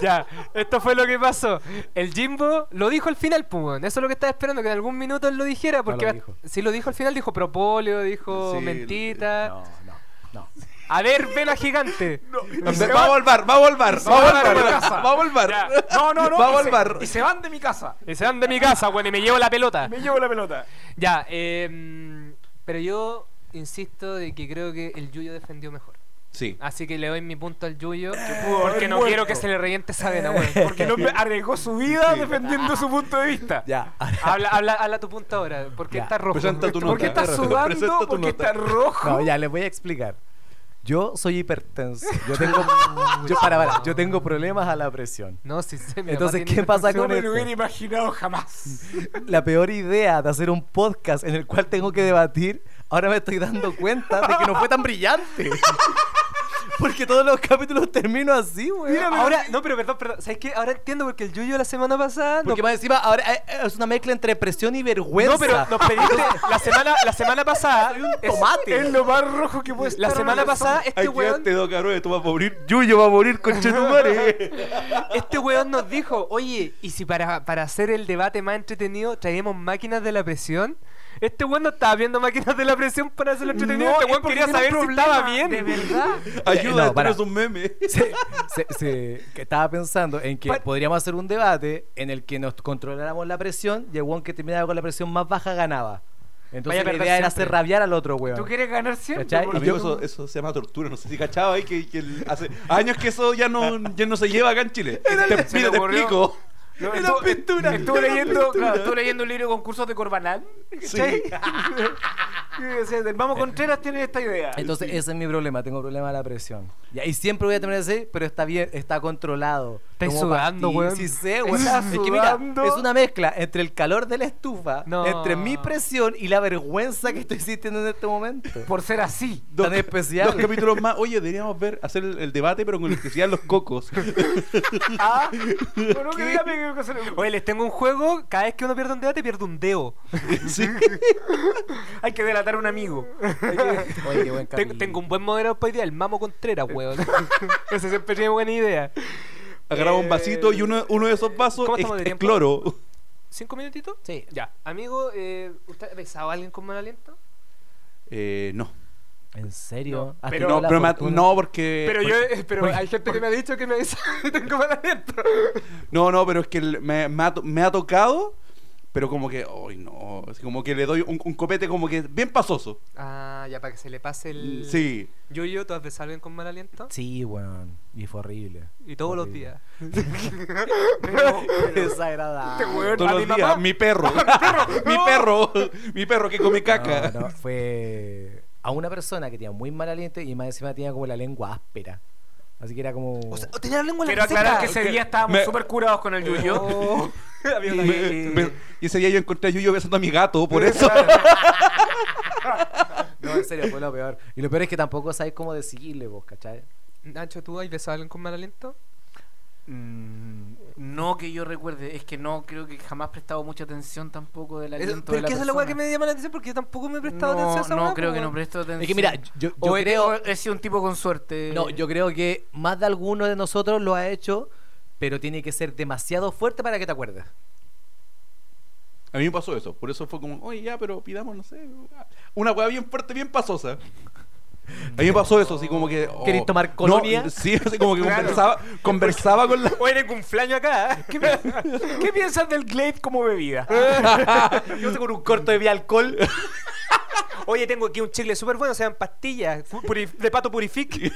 Speaker 1: Ya, esto fue lo que pasó. El Jimbo lo dijo al final, Pumón. Eso es lo que estaba esperando, que en algún minuto él lo dijera. Porque
Speaker 4: lo
Speaker 1: va-
Speaker 4: dijo.
Speaker 1: sí lo dijo al final, dijo propóleo, dijo
Speaker 2: Sí,
Speaker 1: mentita.
Speaker 4: eh, No, no, no.
Speaker 1: A ver, vela gigante.
Speaker 2: Entonces, va a volver, va a volver, va a
Speaker 5: de mi
Speaker 2: volver,
Speaker 5: casa.
Speaker 2: va a volver.
Speaker 5: Ya. No, no, no.
Speaker 2: Va
Speaker 5: y
Speaker 2: a
Speaker 5: se-
Speaker 2: volver.
Speaker 5: Y se van de mi casa.
Speaker 1: Y se van de mi casa, bueno, y me llevo la pelota.
Speaker 5: Me llevo la pelota.
Speaker 1: Ya, eh, pero yo insisto de que creo que el Yuyo defendió mejor.
Speaker 2: Sí.
Speaker 1: Así que le doy mi punto al Yuyo.
Speaker 5: pudo
Speaker 1: Porque
Speaker 5: haber
Speaker 1: no
Speaker 5: muerto.
Speaker 1: quiero que se le reviente esa vena, weón.
Speaker 5: Porque no me arriesgó su vida defendiendo su punto de vista.
Speaker 4: Ya.
Speaker 1: Habla, habla, habla tu punto ahora. porque
Speaker 4: Ya.
Speaker 1: estás rojo?
Speaker 2: Presenta tu
Speaker 5: Porque está
Speaker 2: nota. Presenta tu
Speaker 5: sudando, porque
Speaker 2: nota.
Speaker 5: está rojo.
Speaker 4: No, ya les voy a explicar. Yo soy hipertenso. Yo tengo, yo, para, para, yo tengo problemas a la presión.
Speaker 1: No, sí, sí, mi mamá
Speaker 4: Entonces,
Speaker 1: tiene
Speaker 4: ¿qué pasa
Speaker 5: No
Speaker 4: con
Speaker 5: me lo hubiera
Speaker 4: esto?
Speaker 5: imaginado jamás.
Speaker 4: La peor idea de hacer un podcast en el cual tengo que debatir, ahora me estoy dando cuenta de que no fue tan brillante. Porque todos los capítulos termino así, güey.
Speaker 1: Ahora, no, pero perdón, perdón. ¿Sabes qué? Ahora entiendo porque el Yuyo la semana pasada.
Speaker 4: Porque
Speaker 1: nos-
Speaker 4: más encima ahora eh, eh, es una mezcla entre presión y vergüenza.
Speaker 1: no, pero nos pediste. la, semana, la semana pasada. es-
Speaker 4: tomate.
Speaker 5: Es lo más rojo que puede estar.
Speaker 1: la semana
Speaker 5: una persona.
Speaker 1: pasada, este weón,
Speaker 2: dos cabrones, tú vas a morir, Yuyo va a morir con Chetumare.
Speaker 1: este weón nos dijo: Oye, ¿y si para, para hacer el debate más entretenido traemos máquinas de la presión? Este weón no estaba viendo máquinas de la presión para hacerlo entretenido.
Speaker 5: No,
Speaker 1: este
Speaker 5: es
Speaker 1: weón
Speaker 5: porque
Speaker 1: quería
Speaker 5: tiene
Speaker 1: saber
Speaker 5: un
Speaker 1: si estaba
Speaker 5: problema,
Speaker 1: bien.
Speaker 5: de verdad.
Speaker 2: Ayuda,
Speaker 4: Eh, no,
Speaker 2: esto
Speaker 4: para.
Speaker 2: no es un meme.
Speaker 4: se- se- se- que estaba pensando en que
Speaker 1: Bueno.
Speaker 4: podríamos hacer un debate en el que nos controláramos la presión y el weón que terminaba con la presión más baja ganaba. Entonces
Speaker 1: Vaya
Speaker 4: la
Speaker 1: a
Speaker 4: idea
Speaker 1: perder
Speaker 4: era
Speaker 1: siempre.
Speaker 4: hacer rabiar al otro weón.
Speaker 5: Tú quieres ganar siempre.
Speaker 4: ¿Cachai?
Speaker 5: por-
Speaker 4: Y
Speaker 2: Amigo, eso, eso se llama tortura. No sé si cachaba ahí que, que el- hace años que eso ya no, ya no se lleva acá en Chile. Te,
Speaker 5: se
Speaker 2: mira,
Speaker 5: le
Speaker 2: te
Speaker 5: ocurrió.
Speaker 2: explico.
Speaker 5: No,
Speaker 2: Era
Speaker 5: estuvo-
Speaker 2: pintura,
Speaker 5: Estuve
Speaker 2: era
Speaker 5: leyendo,
Speaker 2: pintura.
Speaker 5: claro, estuve leyendo un libro de concursos de Corbanán. ¿Cachai? Y decía, del Mamo Contreras tiene esta idea.
Speaker 4: Entonces ese es mi problema, tengo problema de la presión. Y ahí siempre voy a tener ese, pero está bien, está controlado.
Speaker 3: Estáis
Speaker 4: como
Speaker 3: sudando,
Speaker 4: pastillas.
Speaker 3: weón.
Speaker 4: Sí sé, weón.
Speaker 3: Estás
Speaker 4: Es que mira,
Speaker 3: sudando.
Speaker 4: es una mezcla entre el calor de la estufa,
Speaker 3: No.
Speaker 4: entre mi presión y la vergüenza que estoy sintiendo en este momento.
Speaker 5: Por ser así.
Speaker 4: Tan especial.
Speaker 2: Dos capítulos más. Oye, deberíamos ver, hacer el, el debate, pero con electricidad en los cocos.
Speaker 5: Ah, bueno, que dígame qué cosa le-
Speaker 1: Oye, les tengo un juego, cada vez que uno pierde un dedo te pierde un dedo.
Speaker 2: Sí.
Speaker 5: Hay que delatar a un amigo.
Speaker 4: Oye, qué buen
Speaker 1: Ten- tengo un buen moderador para idea, el Mamo Contreras, weón. Ese siempre tiene buena idea.
Speaker 2: Agarraba un
Speaker 1: Eh,
Speaker 2: vasito y uno, uno de esos vasos
Speaker 1: ¿cómo
Speaker 2: es,
Speaker 1: estamos de
Speaker 2: es
Speaker 1: tiempo?
Speaker 2: cloro.
Speaker 1: ¿Cinco minutitos?
Speaker 4: Sí.
Speaker 1: Ya. Amigo, eh, ¿usted ha besado a alguien con mal aliento?
Speaker 2: Eh, no.
Speaker 4: ¿En serio?
Speaker 1: Ah,
Speaker 4: ¿Has
Speaker 2: Pero,
Speaker 4: tenido
Speaker 2: no,
Speaker 4: la
Speaker 2: pero me-
Speaker 4: fortuna?
Speaker 2: no, porque.
Speaker 1: Pero yo, eh, pero
Speaker 4: porque-
Speaker 1: hay gente que me ha dicho que me dice tengo mal aliento.
Speaker 2: No, no, pero es que el- me, me ha, to- me ha tocado, pero como que. ¡Ay, no! Así como que le doy un, un copete, como que bien pasoso.
Speaker 1: Ah, ya, para que se le pase el.
Speaker 2: Mm, Sí.
Speaker 1: Yuyo, ¿tú has besado a alguien con mal aliento?
Speaker 4: Sí, weón. Y fue horrible.
Speaker 1: Y todos los
Speaker 4: Horrible.
Speaker 1: días.
Speaker 4: Desagradable.
Speaker 2: Todos
Speaker 1: ¿A
Speaker 2: los
Speaker 1: mi
Speaker 2: días.
Speaker 1: mamá?
Speaker 2: Mi perro. mi perro. mi perro que come caca.
Speaker 4: No, no, fue a una persona que tenía muy mal aliento y más encima tenía como la lengua áspera. Así que era como.
Speaker 1: O sea, tenía la lengua en
Speaker 5: Quiero
Speaker 1: la
Speaker 5: aclarar que
Speaker 1: seca.
Speaker 5: ese día estábamos
Speaker 2: Me-
Speaker 5: súper curados con el yuyo.
Speaker 1: Oh, amigo,
Speaker 2: Me-
Speaker 1: también.
Speaker 2: me- y ese día yo encontré a Yuyo besando a mi gato, por eso.
Speaker 4: No, en serio, fue lo peor. Y lo peor es que tampoco sabes cómo decirle vos, ¿cachai?
Speaker 1: Nacho, ¿tú has besado a alguien con mal aliento?
Speaker 5: Mm, No que yo recuerde, es que no creo que jamás he prestado mucha atención tampoco del
Speaker 1: Eso-
Speaker 5: aliento
Speaker 1: pero
Speaker 5: de
Speaker 1: es que esa es la weá que
Speaker 5: persona.
Speaker 1: me llama la atención porque yo tampoco me he prestado
Speaker 5: no,
Speaker 1: atención a esa
Speaker 5: No,
Speaker 1: weá,
Speaker 5: creo
Speaker 1: po,
Speaker 5: que no
Speaker 1: weón.
Speaker 5: presto atención.
Speaker 4: Es que mira, yo, yo
Speaker 5: o he- o
Speaker 4: creo.
Speaker 5: he sido un tipo con suerte.
Speaker 4: No, yo creo que más de alguno de nosotros lo ha hecho, pero tiene que ser demasiado fuerte para que te acuerdes.
Speaker 2: A mí me pasó eso. Por eso fue como, oye, ya, pero pidamos, no sé. Una hueá bien fuerte, bien pasosa. A mí me pasó eso, así como que. oh,
Speaker 4: ¿Queréis tomar colonia?
Speaker 2: no, sí, así como que
Speaker 5: Claro.
Speaker 2: conversaba, conversaba con la.
Speaker 1: Oye, de cumpleaños acá. ¿eh?
Speaker 5: ¿Qué, pi- qué piensas del Glade como bebida?
Speaker 4: Yo con un corto de vía alcohol.
Speaker 1: Oye, tengo aquí un chicle súper bueno, se llaman pastillas fu- puri- de pato purific.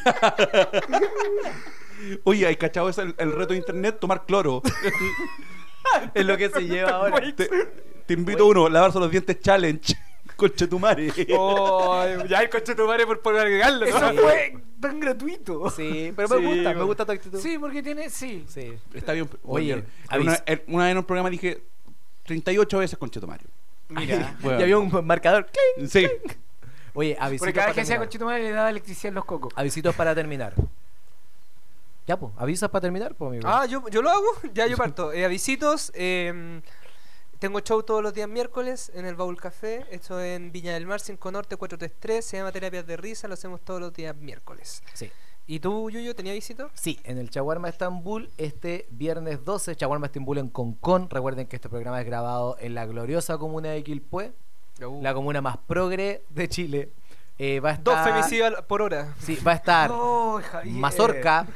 Speaker 2: Oye, ¿hay cachado ese el, el reto de internet? Tomar cloro.
Speaker 4: Es lo que se lleva ahora.
Speaker 2: te, te invito a uno, lavarse los dientes challenge. Conchetumare.
Speaker 1: Oh, ya el coche de tu madre por por agregarlo.
Speaker 5: Eso
Speaker 1: ¿no?
Speaker 5: fue tan gratuito.
Speaker 4: Sí, pero me
Speaker 1: Sí,
Speaker 4: gusta, me
Speaker 1: weón.
Speaker 4: gusta tu actitud.
Speaker 5: Sí, porque tiene. Sí.
Speaker 4: Sí.
Speaker 2: Está bien.
Speaker 4: Oye,
Speaker 2: una,
Speaker 4: avisa.
Speaker 2: en- una vez en un programa dije 38 veces Conchetumare.
Speaker 5: Mira.
Speaker 2: Bueno.
Speaker 4: Y había un marcador. ¡clic!
Speaker 2: Sí.
Speaker 4: Oye, avisito
Speaker 5: Porque cada
Speaker 4: para
Speaker 5: vez que hacía
Speaker 4: terminar.
Speaker 5: conchito madre le daba electricidad en los cocos.
Speaker 4: Avisitos para terminar. Ya, pues, avisas para terminar, pues, amigo.
Speaker 1: Ah, yo, yo lo hago, ya yo parto. Eh, avisitos, eh, tengo show todos los días miércoles en el Baúl Café, esto en Viña del Mar, 5 Norte, 433, se llama Terapias de Risa, lo hacemos todos los días miércoles.
Speaker 4: Sí.
Speaker 1: ¿Y tú, Yuyo, tenías visito?
Speaker 4: Sí, en el Chaguarma Estambul este viernes 12, Chaguarma Estambul en Concón. Recuerden que este programa es grabado en la gloriosa comuna de Quilpué, la comuna más progre de Chile. Eh, va a
Speaker 1: Dos
Speaker 4: estar,
Speaker 1: femicidios Oh, al- por hora.
Speaker 4: Sí, va a estar
Speaker 5: No, Javier.
Speaker 4: Mazorca,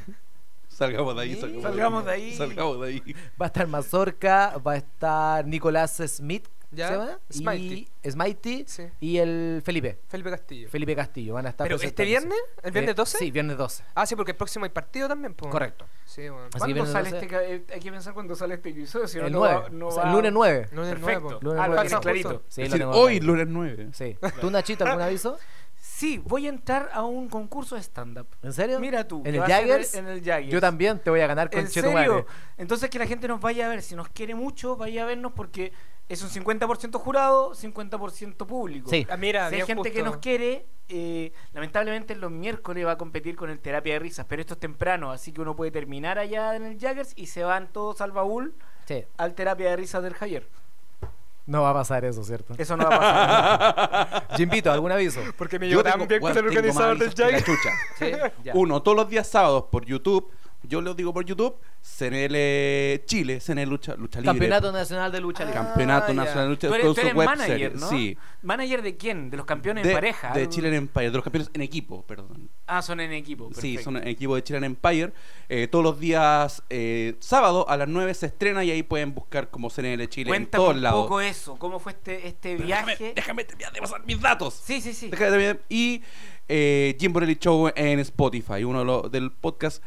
Speaker 2: Salgamos de ahí, salgamos,
Speaker 5: Salgamos de ahí.
Speaker 2: Salgamos de ahí.
Speaker 4: va a estar Mazorca, va a estar Nicolás Smith,
Speaker 1: Ya,
Speaker 4: ¿se llama?
Speaker 1: Smitey.
Speaker 4: Y Smitey
Speaker 1: Sí.
Speaker 4: y el Felipe,
Speaker 1: Felipe Castillo.
Speaker 4: Felipe Castillo. Van a estar
Speaker 1: ¿Pero este
Speaker 4: presentándose.
Speaker 1: viernes? ¿El viernes
Speaker 4: Eh,
Speaker 1: 12?
Speaker 4: sí, viernes 12.
Speaker 1: Ah, sí, porque el próximo hay partido también, po.
Speaker 4: Correcto.
Speaker 1: Sí, bueno.
Speaker 4: Así que
Speaker 5: ¿Cuándo
Speaker 4: viene
Speaker 5: sale
Speaker 4: entonces-
Speaker 5: este ca- eh, Hay que pensar cuándo sale este episodio. Si no,
Speaker 4: el
Speaker 5: no
Speaker 4: 9.
Speaker 5: va- no
Speaker 4: o sea,
Speaker 5: va-
Speaker 4: el lunes 9.
Speaker 1: Lunes
Speaker 5: Perfecto.
Speaker 1: nuevo.
Speaker 4: Lunes
Speaker 5: Ah, lo
Speaker 4: nueve.
Speaker 5: tienes clarito.
Speaker 4: Sí,
Speaker 2: Es
Speaker 4: lo
Speaker 2: decir,
Speaker 4: tengo
Speaker 2: hoy,
Speaker 4: acá.
Speaker 2: lunes 9.
Speaker 4: Sí. ¿Tú, Nachito, algún aviso?
Speaker 5: Sí, voy a entrar a un concurso de stand-up.
Speaker 4: ¿En serio?
Speaker 5: Mira tú.
Speaker 4: ¿En
Speaker 5: que
Speaker 4: el
Speaker 5: va a ser
Speaker 4: Jaggers?
Speaker 5: En el Jaggers.
Speaker 4: Yo también te voy a ganar con
Speaker 5: ¿En serio? Entonces que la gente nos vaya a ver. Si nos quiere mucho, vaya a vernos porque es un 50% jurado, 50% público.
Speaker 4: Sí.
Speaker 1: Ah, mira,
Speaker 5: si hay
Speaker 1: bien
Speaker 5: gente que
Speaker 1: justo.
Speaker 5: nos quiere, eh, lamentablemente los miércoles va a competir con el terapia de risas, pero esto es temprano, así que uno puede terminar allá en el Jaggers y se van todos al baúl
Speaker 4: Sí.
Speaker 5: al terapia de risas del Javier.
Speaker 4: No va a pasar eso, ¿cierto?
Speaker 5: Eso no va a pasar.
Speaker 4: Jimbito, ¿algún aviso?
Speaker 1: Porque me llevo
Speaker 2: Yo tengo,
Speaker 1: tan bien
Speaker 2: bueno,
Speaker 1: con el
Speaker 2: tengo
Speaker 1: organizador
Speaker 2: más
Speaker 1: del
Speaker 2: avisos que la
Speaker 1: Jack.
Speaker 2: chucha.
Speaker 4: Sí, ya.
Speaker 2: Uno, todos los días sábados por YouTube. Yo lo digo por YouTube. CNL Chile, CNL Lucha, Lucha Libre.
Speaker 4: Campeonato Nacional de Lucha Libre.
Speaker 2: Campeonato
Speaker 1: Ah,
Speaker 2: Nacional de Lucha
Speaker 5: tú eres,
Speaker 2: con
Speaker 5: tú
Speaker 2: su
Speaker 5: eres
Speaker 2: web
Speaker 5: manager,
Speaker 2: series,
Speaker 5: ¿no?
Speaker 2: Sí.
Speaker 5: ¿Manager de quién? ¿De los campeones en
Speaker 2: de,
Speaker 5: pareja?
Speaker 2: de Chilean Empire, de los campeones en equipo, perdón.
Speaker 5: Ah, son en equipo.
Speaker 2: Sí,
Speaker 5: perfecto.
Speaker 2: son en equipo de Chilean Empire. Eh, todos los días eh, sábado a las 9 se estrena y ahí pueden buscar como CNL Chile
Speaker 5: Cuéntame
Speaker 2: en todos
Speaker 5: un
Speaker 2: lados.
Speaker 5: poco eso, cómo fue este, este
Speaker 2: Déjame,
Speaker 5: viaje.
Speaker 2: déjame terminar de pasar mis datos.
Speaker 5: Sí, sí, sí.
Speaker 2: Déjame terminar. Y eh, Jim Borelli Show en Spotify, uno de los- del podcast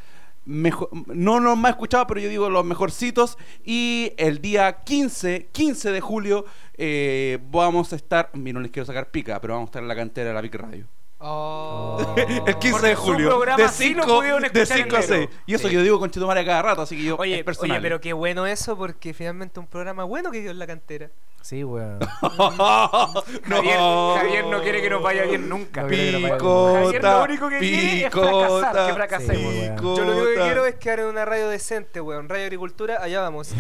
Speaker 2: mejor, no los más escuchados, pero yo digo los mejorcitos. Y el día 15, 15 de julio, eh, vamos a estar, mira, no les quiero sacar pica, pero vamos a estar en la cantera de la Big Radio.
Speaker 1: Oh.
Speaker 2: El 15
Speaker 5: Porque
Speaker 2: de
Speaker 5: su
Speaker 2: julio.
Speaker 5: programa
Speaker 2: De
Speaker 5: sí lo
Speaker 2: 5
Speaker 5: pudieron
Speaker 2: de
Speaker 5: escuchar
Speaker 2: 5 a
Speaker 5: entero.
Speaker 2: 6. Y eso yo digo con Chetumare a cada rato, así que yo.
Speaker 1: Oye,
Speaker 2: es personal.
Speaker 1: oye, pero qué bueno eso porque finalmente un programa bueno que quedó en la cantera.
Speaker 4: Sí, weón.
Speaker 2: no.
Speaker 5: Javier, Javier no quiere que nos vaya bien nunca.
Speaker 4: No quiere que nos vaya bien.
Speaker 2: Picota.
Speaker 5: Javier lo único que quiere es fracasar, que
Speaker 2: picota,
Speaker 5: fracasemos.
Speaker 4: Sí, weón.
Speaker 1: Yo lo único que
Speaker 2: picota.
Speaker 1: quiero es quedar en una radio decente, weón. Radio Agricultura, allá vamos.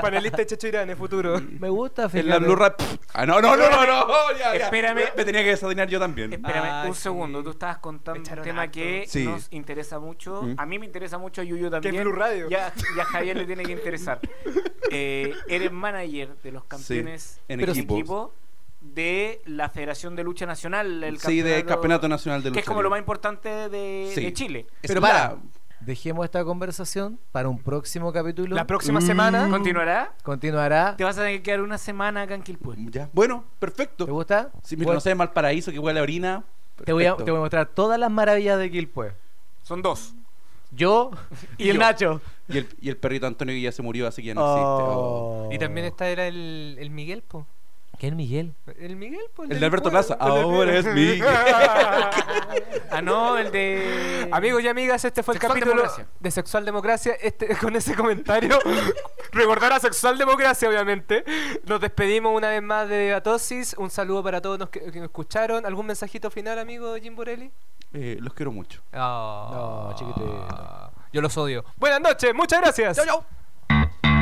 Speaker 1: Panelista Checho Irán, en futuro.
Speaker 4: Me gusta,
Speaker 2: En la
Speaker 4: fíjate.
Speaker 2: Blue Rap. Ah, no, no, no, no, no. ya, ya.
Speaker 5: Espérame.
Speaker 2: Me tenía que desadinar yo también.
Speaker 5: Espérame
Speaker 1: Ah,
Speaker 5: un
Speaker 1: sí.
Speaker 5: segundo, tú estabas contando
Speaker 1: Me
Speaker 5: un
Speaker 1: echaron
Speaker 5: tema
Speaker 1: harto.
Speaker 5: que
Speaker 2: Sí.
Speaker 5: nos interesa mucho.
Speaker 2: Mm.
Speaker 5: A mí me interesa mucho, a Yuyu
Speaker 1: Que
Speaker 5: también.
Speaker 1: es Blue Radio.
Speaker 5: Y a, y a Javier le tiene que interesar. Eh, eres manager de los campeones
Speaker 2: en
Speaker 5: de
Speaker 2: equipos.
Speaker 5: equipo de la Federación de Lucha Nacional. El
Speaker 2: Sí, del Campeonato Nacional de Lucha
Speaker 5: Que es como
Speaker 2: Libre.
Speaker 5: lo más importante de,
Speaker 2: Sí.
Speaker 5: de Chile.
Speaker 4: Pero
Speaker 2: Es
Speaker 4: para.
Speaker 2: la-
Speaker 4: Dejemos esta conversación para un próximo capítulo.
Speaker 1: La próxima semana.
Speaker 5: Mm. ¿Continuará?
Speaker 4: Continuará.
Speaker 5: Te vas a tener que quedar una semana acá en Quilpue.
Speaker 2: Ya. Bueno,
Speaker 4: ¿Te
Speaker 2: perfecto.
Speaker 4: gusta?
Speaker 2: Si mira, no sé, mal paraíso que huele a orina.
Speaker 4: te, voy a,
Speaker 2: perfecto.
Speaker 4: te voy a mostrar todas las maravillas de Quilpue.
Speaker 5: Son dos.
Speaker 4: Yo y el
Speaker 2: Yo.
Speaker 4: Nacho.
Speaker 2: Y el, y el perrito Antonio que ya se murió, así que ya no existe. Oh.
Speaker 4: Oh.
Speaker 1: Y también está era el, el Miguel, po.
Speaker 4: ¿Quién Miguel?
Speaker 1: El Miguel, pues, po.
Speaker 2: El de
Speaker 1: del
Speaker 2: Alberto
Speaker 1: pueblo.
Speaker 2: Plaza.
Speaker 1: El del-
Speaker 2: Ahora es Miguel.
Speaker 5: Ah, no, el de.
Speaker 1: Amigos y amigas, este fue el
Speaker 5: Sexual
Speaker 1: capítulo
Speaker 5: Democracia.
Speaker 1: de Sexual Democracia. Este, con ese comentario, recordar a Sexual Democracia, obviamente. Nos despedimos una vez más de Atosis. Un saludo para todos los que, que nos escucharon. ¿Algún mensajito final, amigo Jim Borelli?
Speaker 2: Eh, los quiero mucho.
Speaker 4: No, chiquitito.
Speaker 1: Yo los odio. Buenas noches, muchas gracias.
Speaker 2: Chau, chau.